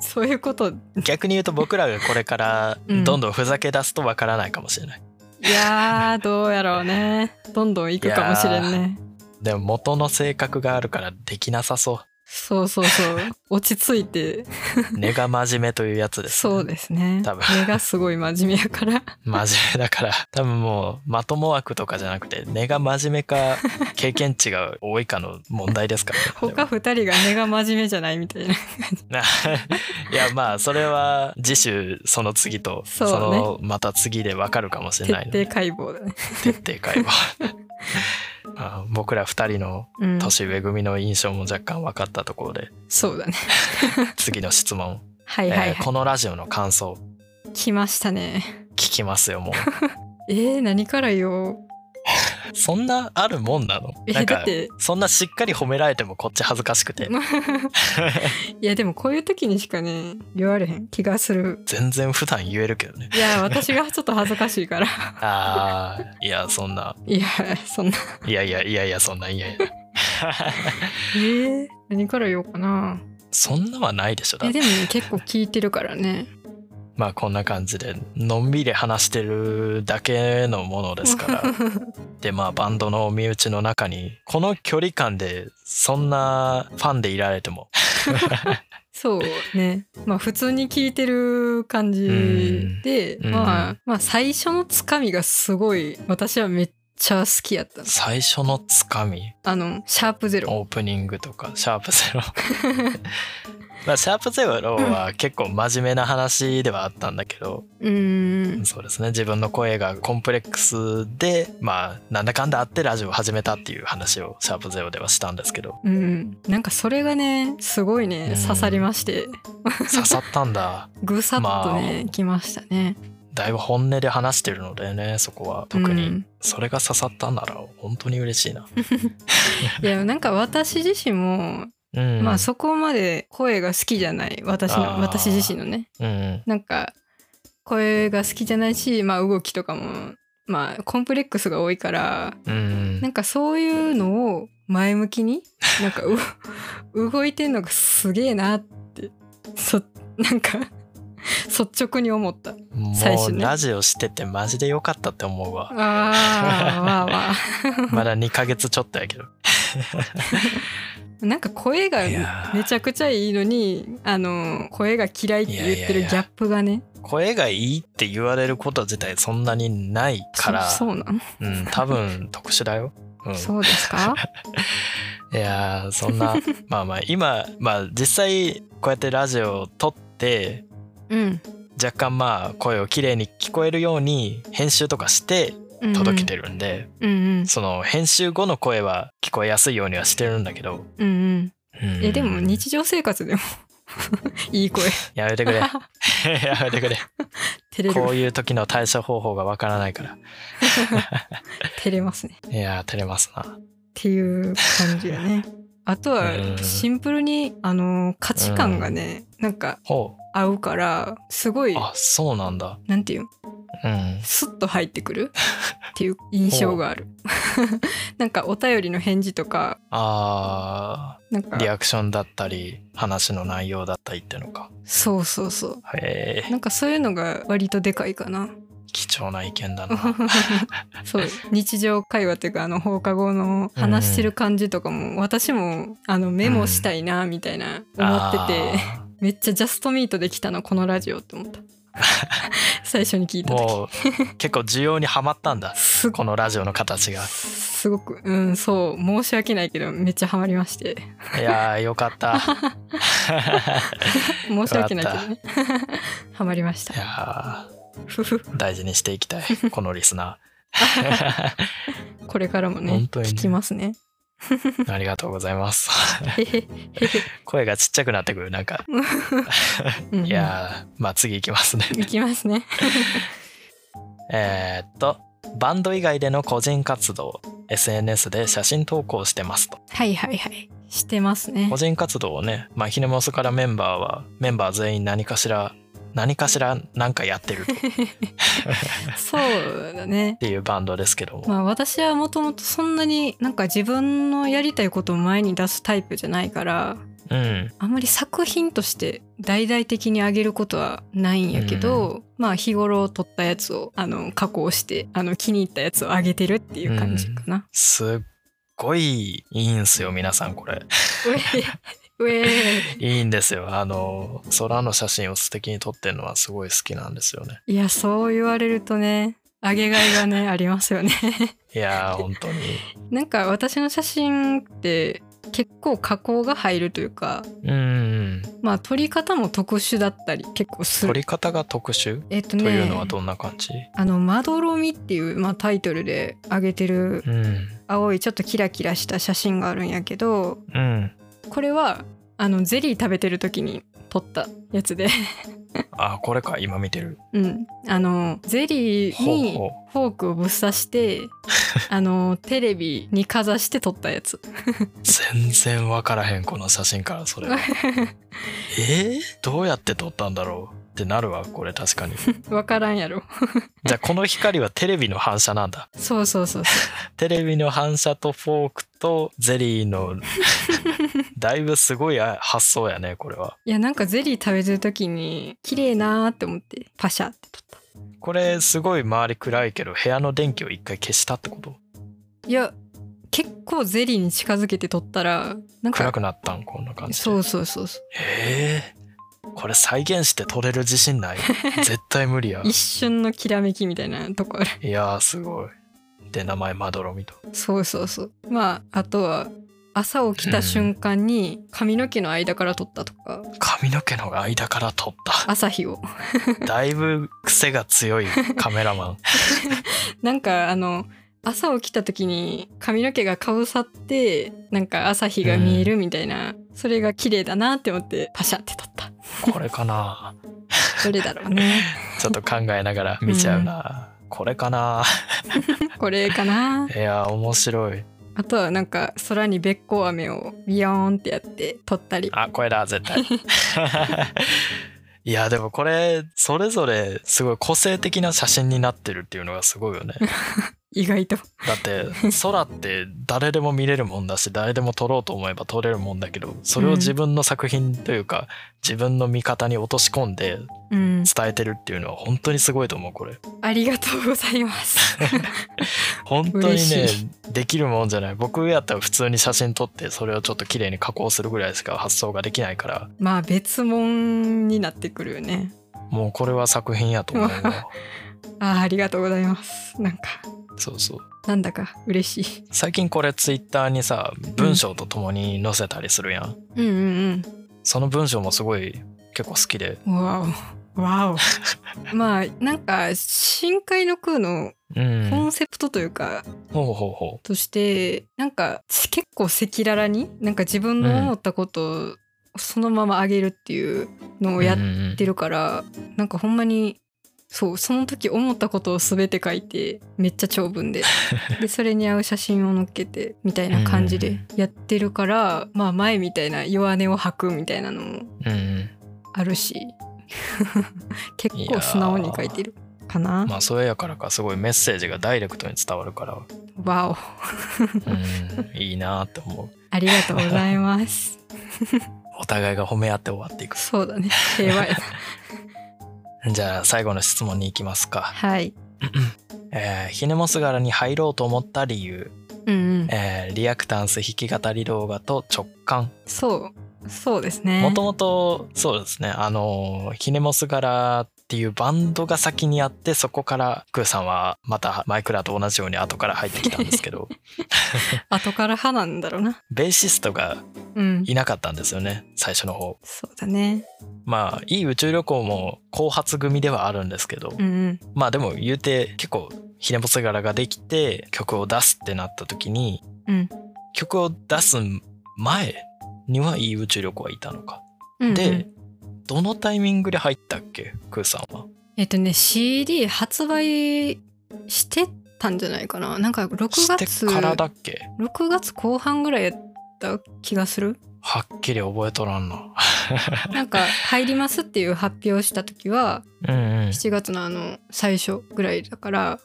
[SPEAKER 2] そういうこと
[SPEAKER 1] 逆に言うと僕らがこれから
[SPEAKER 2] うん
[SPEAKER 1] どんどんふざけ出すとわからないかもしれない、
[SPEAKER 2] いやーどうやろうねどんどん行くかもしれんね
[SPEAKER 1] でも元の性格があるからできなさそ
[SPEAKER 2] そうそうそう落ち着いて
[SPEAKER 1] う根が真面目というやつですね、
[SPEAKER 2] そうですね
[SPEAKER 1] 多分
[SPEAKER 2] 目がすごい真面目 やから
[SPEAKER 1] 真面目だから多分もうまとも枠とかじゃなくて根が真面目か経験値が多いかの問題ですからね
[SPEAKER 2] 他2人が目が真面目じゃないみたいな
[SPEAKER 1] な いやまあそれは次週その次とそ,、
[SPEAKER 2] そうね
[SPEAKER 1] のまた次でわかるかもしれないの
[SPEAKER 2] 徹底解剖だね、
[SPEAKER 1] 徹底会話 あ僕ら2人の
[SPEAKER 2] うん、
[SPEAKER 1] 年上組の印象も若干分かったところで
[SPEAKER 2] そうだね
[SPEAKER 1] 次の質問、
[SPEAKER 2] はいはい
[SPEAKER 1] えー
[SPEAKER 2] は
[SPEAKER 1] このラジオの感想
[SPEAKER 2] い来ましたね
[SPEAKER 1] 聞きます よも
[SPEAKER 2] えー、何から言おう
[SPEAKER 1] うそんなあるもんなの
[SPEAKER 2] え
[SPEAKER 1] なん
[SPEAKER 2] だ
[SPEAKER 1] か
[SPEAKER 2] って
[SPEAKER 1] そんなしっかり褒められてもこっち恥ずかしくて
[SPEAKER 2] いやでもこういう時にしかね言われへん気がする
[SPEAKER 1] 全然普段言えるけどね
[SPEAKER 2] いや私がちょっと恥ずかしいから
[SPEAKER 1] あーいやそんない
[SPEAKER 2] やそんない
[SPEAKER 1] やいやいやいやそんないやいや
[SPEAKER 2] えー、何から言おうかな
[SPEAKER 1] そんなはないでしょだっ
[SPEAKER 2] え
[SPEAKER 1] て
[SPEAKER 2] でもね結構聞いてるからね
[SPEAKER 1] まあこんな感じでのんびり話してるだけのものですからでまあバンドの身内の中にこの距離感でそんなファンでいられても
[SPEAKER 2] そうねまあ普通に聞いてる感じで
[SPEAKER 1] うん
[SPEAKER 2] ま
[SPEAKER 1] う
[SPEAKER 2] あまあ最初のつかみがすごい私はめっちゃ好きやったの
[SPEAKER 1] 最初のつかみ
[SPEAKER 2] あのシャープゼロ
[SPEAKER 1] オープニングとかシャープゼロまあシャープゼロは結構真面目な話ではあったんだけど
[SPEAKER 2] うーん
[SPEAKER 1] そうですね自分の声がコンプレックスでまあなんだかんだあってラジオを始めたっていう話をシャープゼロではしたんですけど
[SPEAKER 2] うんなんかそれがねすごいね
[SPEAKER 1] うん
[SPEAKER 2] 刺さりまして
[SPEAKER 1] 刺さったんだ
[SPEAKER 2] ぐさっと
[SPEAKER 1] ま
[SPEAKER 2] ね、来ましたね
[SPEAKER 1] だいぶ本音で話してるのでねそこは特に、
[SPEAKER 2] うん
[SPEAKER 1] それが刺さったなら本当に嬉しいな、
[SPEAKER 2] いやなんか私自身も、
[SPEAKER 1] うん、
[SPEAKER 2] まあそこまで声が好きじゃない私
[SPEAKER 1] あー
[SPEAKER 2] の私自身のね
[SPEAKER 1] うん
[SPEAKER 2] なんか声が好きじゃないし、まあ、動きとかも、まあ、コンプレックスが多いから
[SPEAKER 1] うん
[SPEAKER 2] なんかそういうのを前向 きになんかう動いてんのがすげえなってそなんか率直に思った最
[SPEAKER 1] も
[SPEAKER 2] 初
[SPEAKER 1] う
[SPEAKER 2] ね
[SPEAKER 1] ラジオしててマジでよかったって思うわ
[SPEAKER 2] あーわあわ
[SPEAKER 1] まだ2ヶ月ちょっとやけど
[SPEAKER 2] あなんか声が
[SPEAKER 1] いやー
[SPEAKER 2] めちゃくちゃいいのにあの声が嫌いって言ってるギャップがね
[SPEAKER 1] 声がいいって言われること自体そんなにないから
[SPEAKER 2] そそうなん、
[SPEAKER 1] うん、多分特殊だよ、うん、
[SPEAKER 2] そうですか
[SPEAKER 1] いやーそん なまあまあ今まあ実際こうやってラジオを撮って
[SPEAKER 2] うん
[SPEAKER 1] 若干まあ声をきれいに聞こえるように編集とかして届けて
[SPEAKER 2] る
[SPEAKER 1] るんで、
[SPEAKER 2] うんうん
[SPEAKER 1] その編集後の声は聞こえやすいようにはしてるんだけど、
[SPEAKER 2] うんうん
[SPEAKER 1] うん
[SPEAKER 2] えでも日常生活でも いい声
[SPEAKER 1] やめてく れ やめてくれ
[SPEAKER 2] 照れ
[SPEAKER 1] こう
[SPEAKER 2] る
[SPEAKER 1] いう時の対処方法がわからないから
[SPEAKER 2] 照れますねっ
[SPEAKER 1] いやー照れますな
[SPEAKER 2] ていう感じよね あと
[SPEAKER 1] うん
[SPEAKER 2] はシンプルにあの価値観がねなんか
[SPEAKER 1] ほ
[SPEAKER 2] 合うからすごいう
[SPEAKER 1] あそうなんだ
[SPEAKER 2] なんていうん
[SPEAKER 1] うん
[SPEAKER 2] スッと入ってくるっていう印象が あるなんかお便りの返事とか
[SPEAKER 1] あ
[SPEAKER 2] なん
[SPEAKER 1] ー
[SPEAKER 2] か
[SPEAKER 1] リアクションだったり話の内容だったりってのか
[SPEAKER 2] そうそうそう
[SPEAKER 1] へえ
[SPEAKER 2] なんかそういうのが割とでかいかな
[SPEAKER 1] 貴重な意見だな
[SPEAKER 2] そう 日常会話っていうかあの放課後の話してる感じとかも、私もあのメモしたいなみたいな 思ってて、
[SPEAKER 1] あ
[SPEAKER 2] めっちゃジャストミートできたのこのラジオって思った 最初に聞い
[SPEAKER 1] ー
[SPEAKER 2] た時
[SPEAKER 1] もう結構需要にはまったんだ
[SPEAKER 2] す
[SPEAKER 1] このラジオの形が
[SPEAKER 2] すごくうんそう申し訳ないけどめっちゃハマり まして
[SPEAKER 1] いやーよかった
[SPEAKER 2] 申し訳ないけどね ハマりました
[SPEAKER 1] いや
[SPEAKER 2] ふふ
[SPEAKER 1] ー大事にしていきたいこのリスナ
[SPEAKER 2] これからもね
[SPEAKER 1] 本当にね
[SPEAKER 2] 聞きま すね
[SPEAKER 1] ーありがとうございます
[SPEAKER 2] へへへへ、
[SPEAKER 1] 声がちっちゃくなってくるなんか
[SPEAKER 2] うんうん
[SPEAKER 1] いやーまあ次いきますね
[SPEAKER 2] いきますね
[SPEAKER 1] えーっとバンド以外での個人活動 SNS で写真投稿してますと
[SPEAKER 2] はいはいはいしてますね
[SPEAKER 1] 個人活動をねまあひねもそからメンバーはメンバー全員何かしら何かしら何かやってるとっ
[SPEAKER 2] そうだね。
[SPEAKER 1] ていうバンドですけども
[SPEAKER 2] まあ私はもともとそんなになんか自分のやりたいことを前に出すタイプじゃないから
[SPEAKER 1] うん
[SPEAKER 2] あんまり作品として大々的にあげることはないんやけど、まあ日頃撮ったやつをあの加工してあの気に入ったやつをあげてるっていう感じかな。
[SPEAKER 1] すっごいいいんすよ皆さんこれ
[SPEAKER 2] うえうえ
[SPEAKER 1] いいんですよあの空の写真を素敵に撮ってるのはすごい好きなんですよね
[SPEAKER 2] いやそう言われるとねあげがいがね ありますよね。
[SPEAKER 1] いやー本当に
[SPEAKER 2] なんか私の写真って結構加工が入るというか
[SPEAKER 1] うん
[SPEAKER 2] まあ撮り方も特殊だったり結構す
[SPEAKER 1] 撮
[SPEAKER 2] る
[SPEAKER 1] り方が特殊
[SPEAKER 2] えっと
[SPEAKER 1] と
[SPEAKER 2] ね、
[SPEAKER 1] いうのはどんな感じ、
[SPEAKER 2] あの「まどろみ」っていう、まあ、タイトルで上げてる
[SPEAKER 1] うん
[SPEAKER 2] 青いちょっとキラキラした写真があるんやけど
[SPEAKER 1] うん
[SPEAKER 2] これはあのゼリー食べてる時に撮ったやつで、
[SPEAKER 1] あこれか今見てる
[SPEAKER 2] うん、 あのゼリーに
[SPEAKER 1] ほう
[SPEAKER 2] フォークをぶっ刺して あのテレビにかざして撮ったやつ
[SPEAKER 1] 全然わからへんこの写真から それはえー、どうやって撮ったんだろうってなるわこれ確 かに
[SPEAKER 2] わからんやろ
[SPEAKER 1] じゃあこの光はテレビの反射なんだ
[SPEAKER 2] そうそうそうそ
[SPEAKER 1] テレビの反射とフォークとゼリー のだいぶすごい発想やねこれは
[SPEAKER 2] ういやなんかゼリー食べてる時に綺麗なーって思ってパシャって撮った
[SPEAKER 1] これすごい周り暗いけど部屋の電気を一回消したってこと
[SPEAKER 2] いや結構ゼリーに近づけて撮ったらなんか
[SPEAKER 1] 暗くなったんこんな感じで
[SPEAKER 2] そうそうそうそう
[SPEAKER 1] えー、これ再現して撮れる自信 ない絶対無理や
[SPEAKER 2] 一瞬のきらめきみたいなとこある
[SPEAKER 1] いやーすごいで名前まどろみと
[SPEAKER 2] そうそうそうまああとは朝起きた瞬間に髪の毛の間から撮ったとか、
[SPEAKER 1] 髪の毛の間から撮 った
[SPEAKER 2] 朝日を
[SPEAKER 1] だいぶ癖が強いカメラマン
[SPEAKER 2] なんかあの朝起きた時に髪の毛がかぶさってなんか朝日が見えるみたいな、それが綺麗だなって思ってパシャって撮った
[SPEAKER 1] これかな
[SPEAKER 2] どれだろうね
[SPEAKER 1] ちょっと考えながら見ちゃうな、これかな
[SPEAKER 2] これかない
[SPEAKER 1] や面白い
[SPEAKER 2] あとはなんか空にべっこう飴をビヨーンってやって撮ったり
[SPEAKER 1] あこれだ絶 対いやでもこれそれぞれすごい個性的な写真になってるっていうのがすごいよね
[SPEAKER 2] 意外と
[SPEAKER 1] だって空って誰でも見れるもんだし誰でも撮ろうと思えば撮れるもんだけどそれを自分の作品というか自分の見方に落とし込んで
[SPEAKER 2] うん
[SPEAKER 1] 伝えてるっていうのは本当にすごいと思うこれ
[SPEAKER 2] ありがとうございます
[SPEAKER 1] 本当にね
[SPEAKER 2] 嬉し
[SPEAKER 1] できるもんじゃない僕やったら普通に写真撮ってそれをちょっと綺麗に加工するぐらいしか発想ができないから
[SPEAKER 2] まあ別物になってくるよね
[SPEAKER 1] もうこれは作品やと思うよ
[SPEAKER 2] あーありがとうございますなんか
[SPEAKER 1] そうそう
[SPEAKER 2] なんだか嬉しい
[SPEAKER 1] 最近これツイッターにさ文章とともに載せたりするやん、
[SPEAKER 2] うんうん
[SPEAKER 1] その文章もすごい結構好きで
[SPEAKER 2] うんわおわ おまあなんか深海の空の
[SPEAKER 1] うん
[SPEAKER 2] コンセプトというか、
[SPEAKER 1] ほうほうほ
[SPEAKER 2] としてなんか結構赤裸々になんか自分の思ったことをそのままあげるっていうの
[SPEAKER 1] う
[SPEAKER 2] をやっ
[SPEAKER 1] うんうんうん
[SPEAKER 2] てるから、なんかほんまにそうその時思ったことを全て書いてめっちゃ長文 ででそれに合う写真を載っけてみたいな感じでやってるから、まあ前みたいな弱音を吐くみたいなのも
[SPEAKER 1] うん
[SPEAKER 2] あるし 結構素直に書いてるか
[SPEAKER 1] う、
[SPEAKER 2] なん
[SPEAKER 1] まあそれやからかすごいメッセージがダイレクトに伝わるから、
[SPEAKER 2] わお
[SPEAKER 1] うん、 いいなって思う
[SPEAKER 2] ありがとうございます。
[SPEAKER 1] お互いが褒め合って終わっていく
[SPEAKER 2] そうだね。平和や な。
[SPEAKER 1] じゃあ最後の質問に行きますか、
[SPEAKER 2] はい。
[SPEAKER 1] えー、ヒネモス柄に入ろうと思った理由、
[SPEAKER 2] うんうん。
[SPEAKER 1] えーリアクタンス弾き語り動画と直感
[SPEAKER 2] そう。そうですね。
[SPEAKER 1] もともとそうですねあのヒネモス柄っていうバンドが先にあってそこからクーさんはまたマイクラと同じように後から入ってきたんですけ ど
[SPEAKER 2] 後から派なんだろうな。
[SPEAKER 1] ベーシストが
[SPEAKER 2] うん。
[SPEAKER 1] いなかったんですよね最初の方
[SPEAKER 2] そうだね。
[SPEAKER 1] まあいい宇宙旅行も後発組ではあるんですけど、
[SPEAKER 2] うんうん。
[SPEAKER 1] まあでも言うて結構ひねぼせ柄ができて曲を出すってなった時に
[SPEAKER 2] うん。
[SPEAKER 1] 曲を出す前にはいい宇宙旅行はいたのか、
[SPEAKER 2] うんうん
[SPEAKER 1] で、どのタイミングで入ったっけクーさんは
[SPEAKER 2] えっとね、CD 発売してたんじゃないかな。なんか6
[SPEAKER 1] して
[SPEAKER 2] 月、
[SPEAKER 1] からだっけ
[SPEAKER 2] 6月後半ぐらいやった気がす る。
[SPEAKER 1] はっきり覚えとらんな
[SPEAKER 2] なんか、入りますっていう発表した時は、
[SPEAKER 1] うん
[SPEAKER 2] 7月のあの、最初ぐらいだから、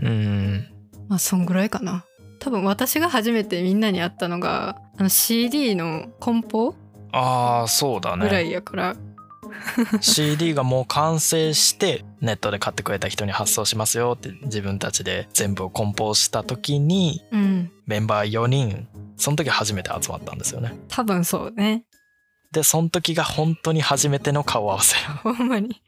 [SPEAKER 1] うんうん
[SPEAKER 2] まあそんぐらいかな多分私が初めてみんなに会ったのがあの CD の梱包
[SPEAKER 1] ああそうだ
[SPEAKER 2] ぐら
[SPEAKER 1] ね
[SPEAKER 2] いやから、
[SPEAKER 1] CD がもう完成してネットで買ってくれた人に発送しますよって自分たちで全部を梱包した時に
[SPEAKER 2] うん
[SPEAKER 1] メンバー4人その時初めて集まったんですよね
[SPEAKER 2] 多分そう ね
[SPEAKER 1] でその時が本当に初めての顔合わせ
[SPEAKER 2] ほんまに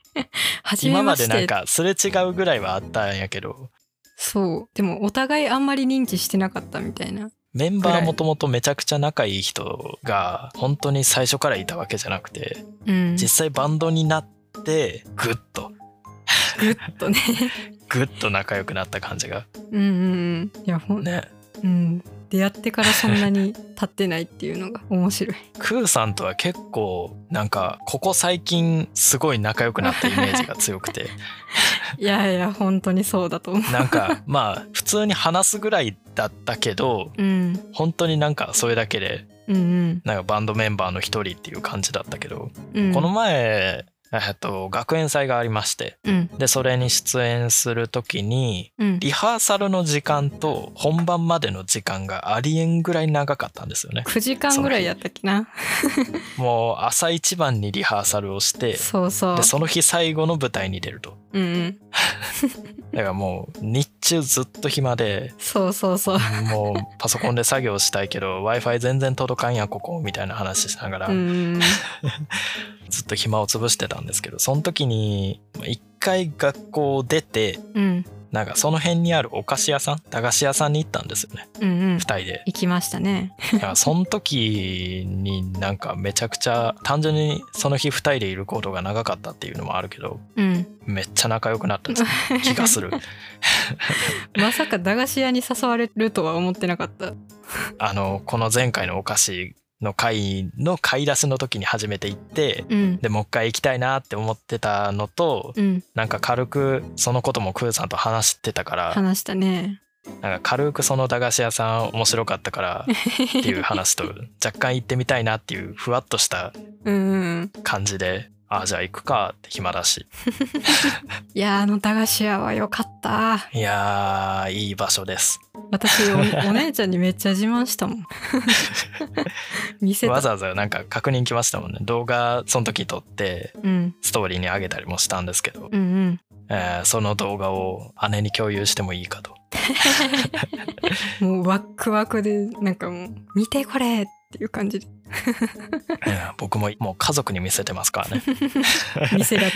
[SPEAKER 2] 初め
[SPEAKER 1] 今ま
[SPEAKER 2] ま
[SPEAKER 1] で
[SPEAKER 2] し
[SPEAKER 1] なん
[SPEAKER 2] て
[SPEAKER 1] かすれ違うぐらいはあったんやけど
[SPEAKER 2] そうでもお互いあんまり認知してなかったみたいな
[SPEAKER 1] メンバ
[SPEAKER 2] ぐら
[SPEAKER 1] ー
[SPEAKER 2] い
[SPEAKER 1] もともとめちゃくちゃ仲いい人が本当に最初からいたわけじゃなくて
[SPEAKER 2] うん
[SPEAKER 1] 実際バンドになってグッと
[SPEAKER 2] とね
[SPEAKER 1] グッと仲良くなった感じが
[SPEAKER 2] うんうんうんいやほん、
[SPEAKER 1] ね
[SPEAKER 2] うん出会ってからそんなに経ってないっていうのが面 白い
[SPEAKER 1] クーさんとは結構なんかここ最近すごい仲良くなったイメージが強 くて
[SPEAKER 2] いやいや本当にそうだと思
[SPEAKER 1] なんかまあ普通に話すぐらいだったけど
[SPEAKER 2] う、うん、
[SPEAKER 1] 本当になんかそれだけで
[SPEAKER 2] うんうん
[SPEAKER 1] なんかバンドメンバーの一人っていう感じだったけど、
[SPEAKER 2] うん
[SPEAKER 1] この前えっと学園祭がありまして
[SPEAKER 2] うん
[SPEAKER 1] でそれに出演する時に
[SPEAKER 2] うん
[SPEAKER 1] リハーサルの時間と本番までの時間がありえんぐらい長かったんですよね
[SPEAKER 2] 9時間ぐらいやったっけな
[SPEAKER 1] もう朝一番にリハーサルをして
[SPEAKER 2] そうそう
[SPEAKER 1] でその日最後の舞台に出ると
[SPEAKER 2] うんうん
[SPEAKER 1] だからもう日中ずっと暇で
[SPEAKER 2] そうそうそう。
[SPEAKER 1] もうパソコンで作業したいけど w i f i 全然届かんやここみたいな話しながら、
[SPEAKER 2] うん。
[SPEAKER 1] ずっと暇を潰してたんですけどその時にまあ一回学校を出て
[SPEAKER 2] うん。
[SPEAKER 1] なんかその辺にあるお菓子屋さん駄菓子屋さんに行ったんですよね
[SPEAKER 2] うんうん
[SPEAKER 1] 2。人で
[SPEAKER 2] 行きましたね。
[SPEAKER 1] だからその時になんかめちゃくちゃ単純にその日2人でいることが長かったっていうのもあるけど
[SPEAKER 2] うん。
[SPEAKER 1] めっちゃ仲良くなったんですよ気がする
[SPEAKER 2] まさか駄菓子屋に誘われるとは思ってなかった。
[SPEAKER 1] あのこの前回のお菓子の回の買い出しの時に初めて行って
[SPEAKER 2] うん
[SPEAKER 1] でもう一回行きたいなって思ってたのと
[SPEAKER 2] うん
[SPEAKER 1] なんか軽くそのこともクーさんと話してたから
[SPEAKER 2] 話したね
[SPEAKER 1] なんか軽くその駄菓子屋さん面白かったからっていう話と若干行ってみたいなっていうふわっとした
[SPEAKER 2] うんうん
[SPEAKER 1] 感じであじゃあ行くかって暇だし
[SPEAKER 2] いやーあの駄菓子屋は良かった
[SPEAKER 1] いやーいい場所です
[SPEAKER 2] 私おお姉ちゃんにめっちゃ自慢したも ん見せた
[SPEAKER 1] わざわざなんか確認来ましたもんね動画その時撮って
[SPEAKER 2] うん、
[SPEAKER 1] ストーリーに上げたりもしたんですけど、
[SPEAKER 2] うんうん
[SPEAKER 1] えーその動画を姉に共有してもいいか と
[SPEAKER 2] もうワックワクでなんかもう「見てこれ!」っていう感 じで
[SPEAKER 1] いや僕ももう家族に見せてますから ね
[SPEAKER 2] 見せがち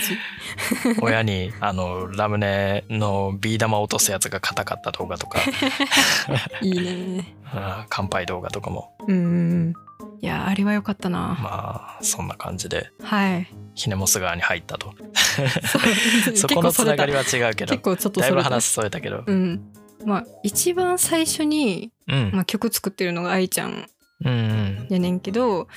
[SPEAKER 1] 親にあのラムネのビー玉落とすやつが硬かった動画 とか
[SPEAKER 2] いいね
[SPEAKER 1] うん乾杯動画とかも
[SPEAKER 2] うんうんうんいやーあれは良かったな
[SPEAKER 1] まあそんな感じで
[SPEAKER 2] はい
[SPEAKER 1] ヒネモス川に入ったと
[SPEAKER 2] そ う
[SPEAKER 1] そこのつながりは
[SPEAKER 2] は
[SPEAKER 1] 違うけど
[SPEAKER 2] 結構ちょっと
[SPEAKER 1] だいぶ
[SPEAKER 2] た
[SPEAKER 1] 話それたけど
[SPEAKER 2] うんまあ一番最初に、
[SPEAKER 1] うん
[SPEAKER 2] まあ、曲作ってるのが愛ちゃん
[SPEAKER 1] うんうん
[SPEAKER 2] やねんけど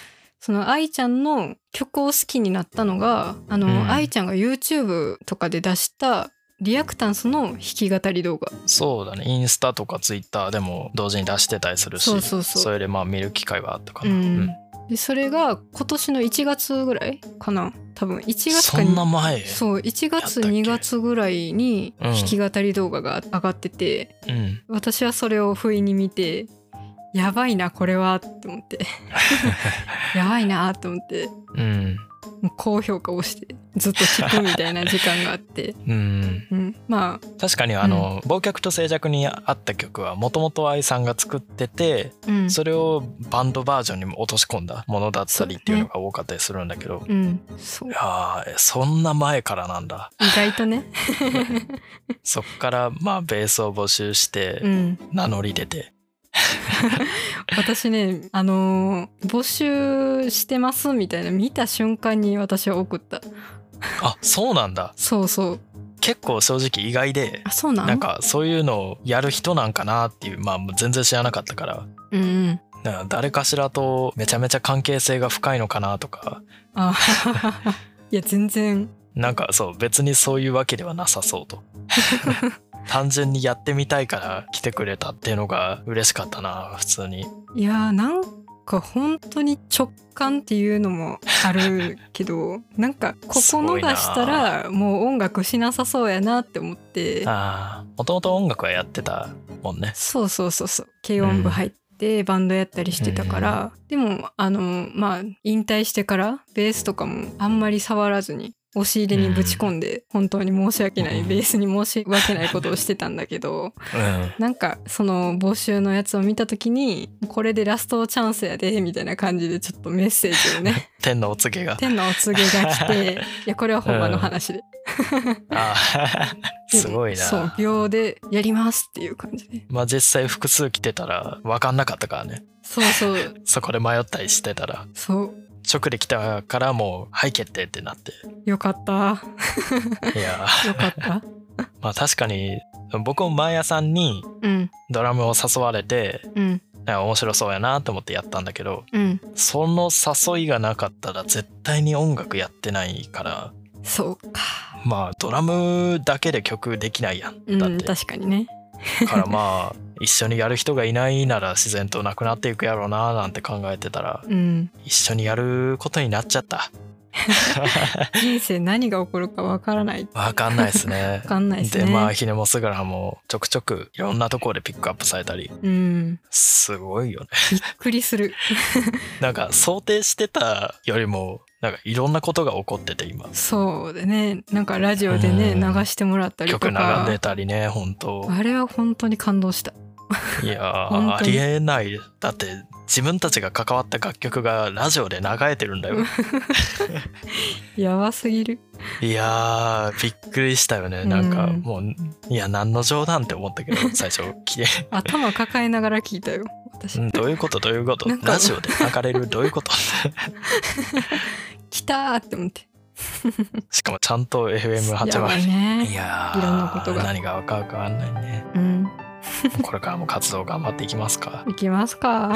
[SPEAKER 2] その愛ちゃんの曲を好きになったのがあの、
[SPEAKER 1] うん
[SPEAKER 2] 愛ちゃんが YouTube とかで出したリアクタンスの弾き語り動画
[SPEAKER 1] そうだねインスタとかツイッターでも同時に出してたりするし
[SPEAKER 2] そうそうそう
[SPEAKER 1] れでまあ見る機会はあったかな、
[SPEAKER 2] うんでそれが今年の1月ぐらいかな多分1月
[SPEAKER 1] そ
[SPEAKER 2] か
[SPEAKER 1] んな前
[SPEAKER 2] そう1月
[SPEAKER 1] やったっけ
[SPEAKER 2] 2月ぐらいに
[SPEAKER 1] うん
[SPEAKER 2] 弾き語り動画が上がってて、
[SPEAKER 1] うん
[SPEAKER 2] 私はそれを不意に見てやばいなこれはって思って やばいなって思って
[SPEAKER 1] うん
[SPEAKER 2] もう高評価をしてずっと聞くみたいな時間があって、
[SPEAKER 1] うん
[SPEAKER 2] うん、ま
[SPEAKER 1] 確かにあの、忘却と静寂にあった曲はもともと愛さんが作ってて、
[SPEAKER 2] あうん
[SPEAKER 1] それをバンドバージョンにも落とし込んだものだったりっていうのが多かったりするんだけど、
[SPEAKER 2] うん、そう
[SPEAKER 1] いやーそんな前からなん だ
[SPEAKER 2] 意外とね、
[SPEAKER 1] そっからまあベースを募集して
[SPEAKER 2] うん、
[SPEAKER 1] 名乗り出て、
[SPEAKER 2] 私ねあのー募集してますみたいな見た瞬間に私は送った
[SPEAKER 1] あそうなんだ
[SPEAKER 2] そうそう
[SPEAKER 1] 結構正直意外で
[SPEAKER 2] あそうなん
[SPEAKER 1] なんかそういうのをやる人なんかなっていうまあ全然知らなかったから
[SPEAKER 2] うんうん
[SPEAKER 1] だから誰かしらとめちゃめちゃ関係性が深いのかなとか
[SPEAKER 2] あいや全然
[SPEAKER 1] なんかそう別にそういうわけではなさそう と単純にやってみたいから来てくれたっていうのが嬉しかったな普通に
[SPEAKER 2] いやーなんか本当に直感っていうのもあるけどなんかここ
[SPEAKER 1] すご
[SPEAKER 2] 逃
[SPEAKER 1] いな
[SPEAKER 2] したらもう音楽しなさそうやなって思って
[SPEAKER 1] あもともと音楽はやってたもんね
[SPEAKER 2] そうそうそうそう軽音部入ってバンドやったりしてたから、でもあのまあ引退してからベースとかもあんまり触らずに押し入れにぶち込んで、本当に申し訳ない、
[SPEAKER 1] うん
[SPEAKER 2] ベースに申し訳ないことをしてたんだけど
[SPEAKER 1] うん
[SPEAKER 2] なんかその募集のやつを見た時にこれでラストチャンスやでみたいな感じでちょっとメッセージを ね
[SPEAKER 1] 天のお告げが
[SPEAKER 2] 天のお告げが来ていやこれは本場の話で、
[SPEAKER 1] あー
[SPEAKER 2] です
[SPEAKER 1] ごい
[SPEAKER 2] そう
[SPEAKER 1] な
[SPEAKER 2] 秒でやりますっていう感じで
[SPEAKER 1] まあ実際複数来てたら分かんなかったからね
[SPEAKER 2] そうそう
[SPEAKER 1] そこで迷ったりしてたら
[SPEAKER 2] そう
[SPEAKER 1] 直で来たからもう「はい決定」ってな って
[SPEAKER 2] よかった
[SPEAKER 1] いや
[SPEAKER 2] よかった。
[SPEAKER 1] まあ確かに僕もマーヤさんに
[SPEAKER 2] うん
[SPEAKER 1] ドラムを誘われて
[SPEAKER 2] うん
[SPEAKER 1] なんか面白そうやなと思ってやったんだけど
[SPEAKER 2] うん。
[SPEAKER 1] その誘いがなかったら絶対に音楽やってないから
[SPEAKER 2] そうか。
[SPEAKER 1] まあドラムだけで曲できないやん
[SPEAKER 2] う
[SPEAKER 1] だっ
[SPEAKER 2] ん
[SPEAKER 1] て、
[SPEAKER 2] 確かにね。
[SPEAKER 1] だからまあ一緒にやる人がいないなら自然となくなっていくやろうななんて考えてたら
[SPEAKER 2] うん。
[SPEAKER 1] 一緒にやることになっちゃった
[SPEAKER 2] 人生何が起こるかわからない。
[SPEAKER 1] わかんないですね
[SPEAKER 2] わかんないですね。
[SPEAKER 1] まあひねもすがらもちょくちょくいろんなところでピックアップされたり
[SPEAKER 2] うん。
[SPEAKER 1] すごいよね
[SPEAKER 2] びっくりする。
[SPEAKER 1] なんか想定してたよりもなんかいろんなことが起こってて今
[SPEAKER 2] そうでね、なんかラジオでね
[SPEAKER 1] う
[SPEAKER 2] 流
[SPEAKER 1] ん
[SPEAKER 2] してもらったりと
[SPEAKER 1] 曲並ん
[SPEAKER 2] か
[SPEAKER 1] で。たりね本当
[SPEAKER 2] あれは本当に感動した。
[SPEAKER 1] いやー
[SPEAKER 2] 本
[SPEAKER 1] あ
[SPEAKER 2] 当に
[SPEAKER 1] りえないだって自分たちが関わった楽曲がラジオで流れてるんだよ
[SPEAKER 2] やばすぎる。
[SPEAKER 1] いやーびっくりしたよねなんか
[SPEAKER 2] うん
[SPEAKER 1] もういや何の冗談って思ったけど最初 きれい
[SPEAKER 2] 頭抱えながら聞いたよ。私。
[SPEAKER 1] うんどういうことどういうこと
[SPEAKER 2] なんか
[SPEAKER 1] ラジオで流れるどういうこと
[SPEAKER 2] 来たーって思って。
[SPEAKER 1] しかもちゃんと
[SPEAKER 2] やば
[SPEAKER 1] FM8
[SPEAKER 2] い
[SPEAKER 1] い
[SPEAKER 2] ね。
[SPEAKER 1] や
[SPEAKER 2] いろんなこと
[SPEAKER 1] ー
[SPEAKER 2] が
[SPEAKER 1] 何がわかるかわかんないね
[SPEAKER 2] うん。
[SPEAKER 1] これからも活動頑張っていきますか
[SPEAKER 2] 行きますか。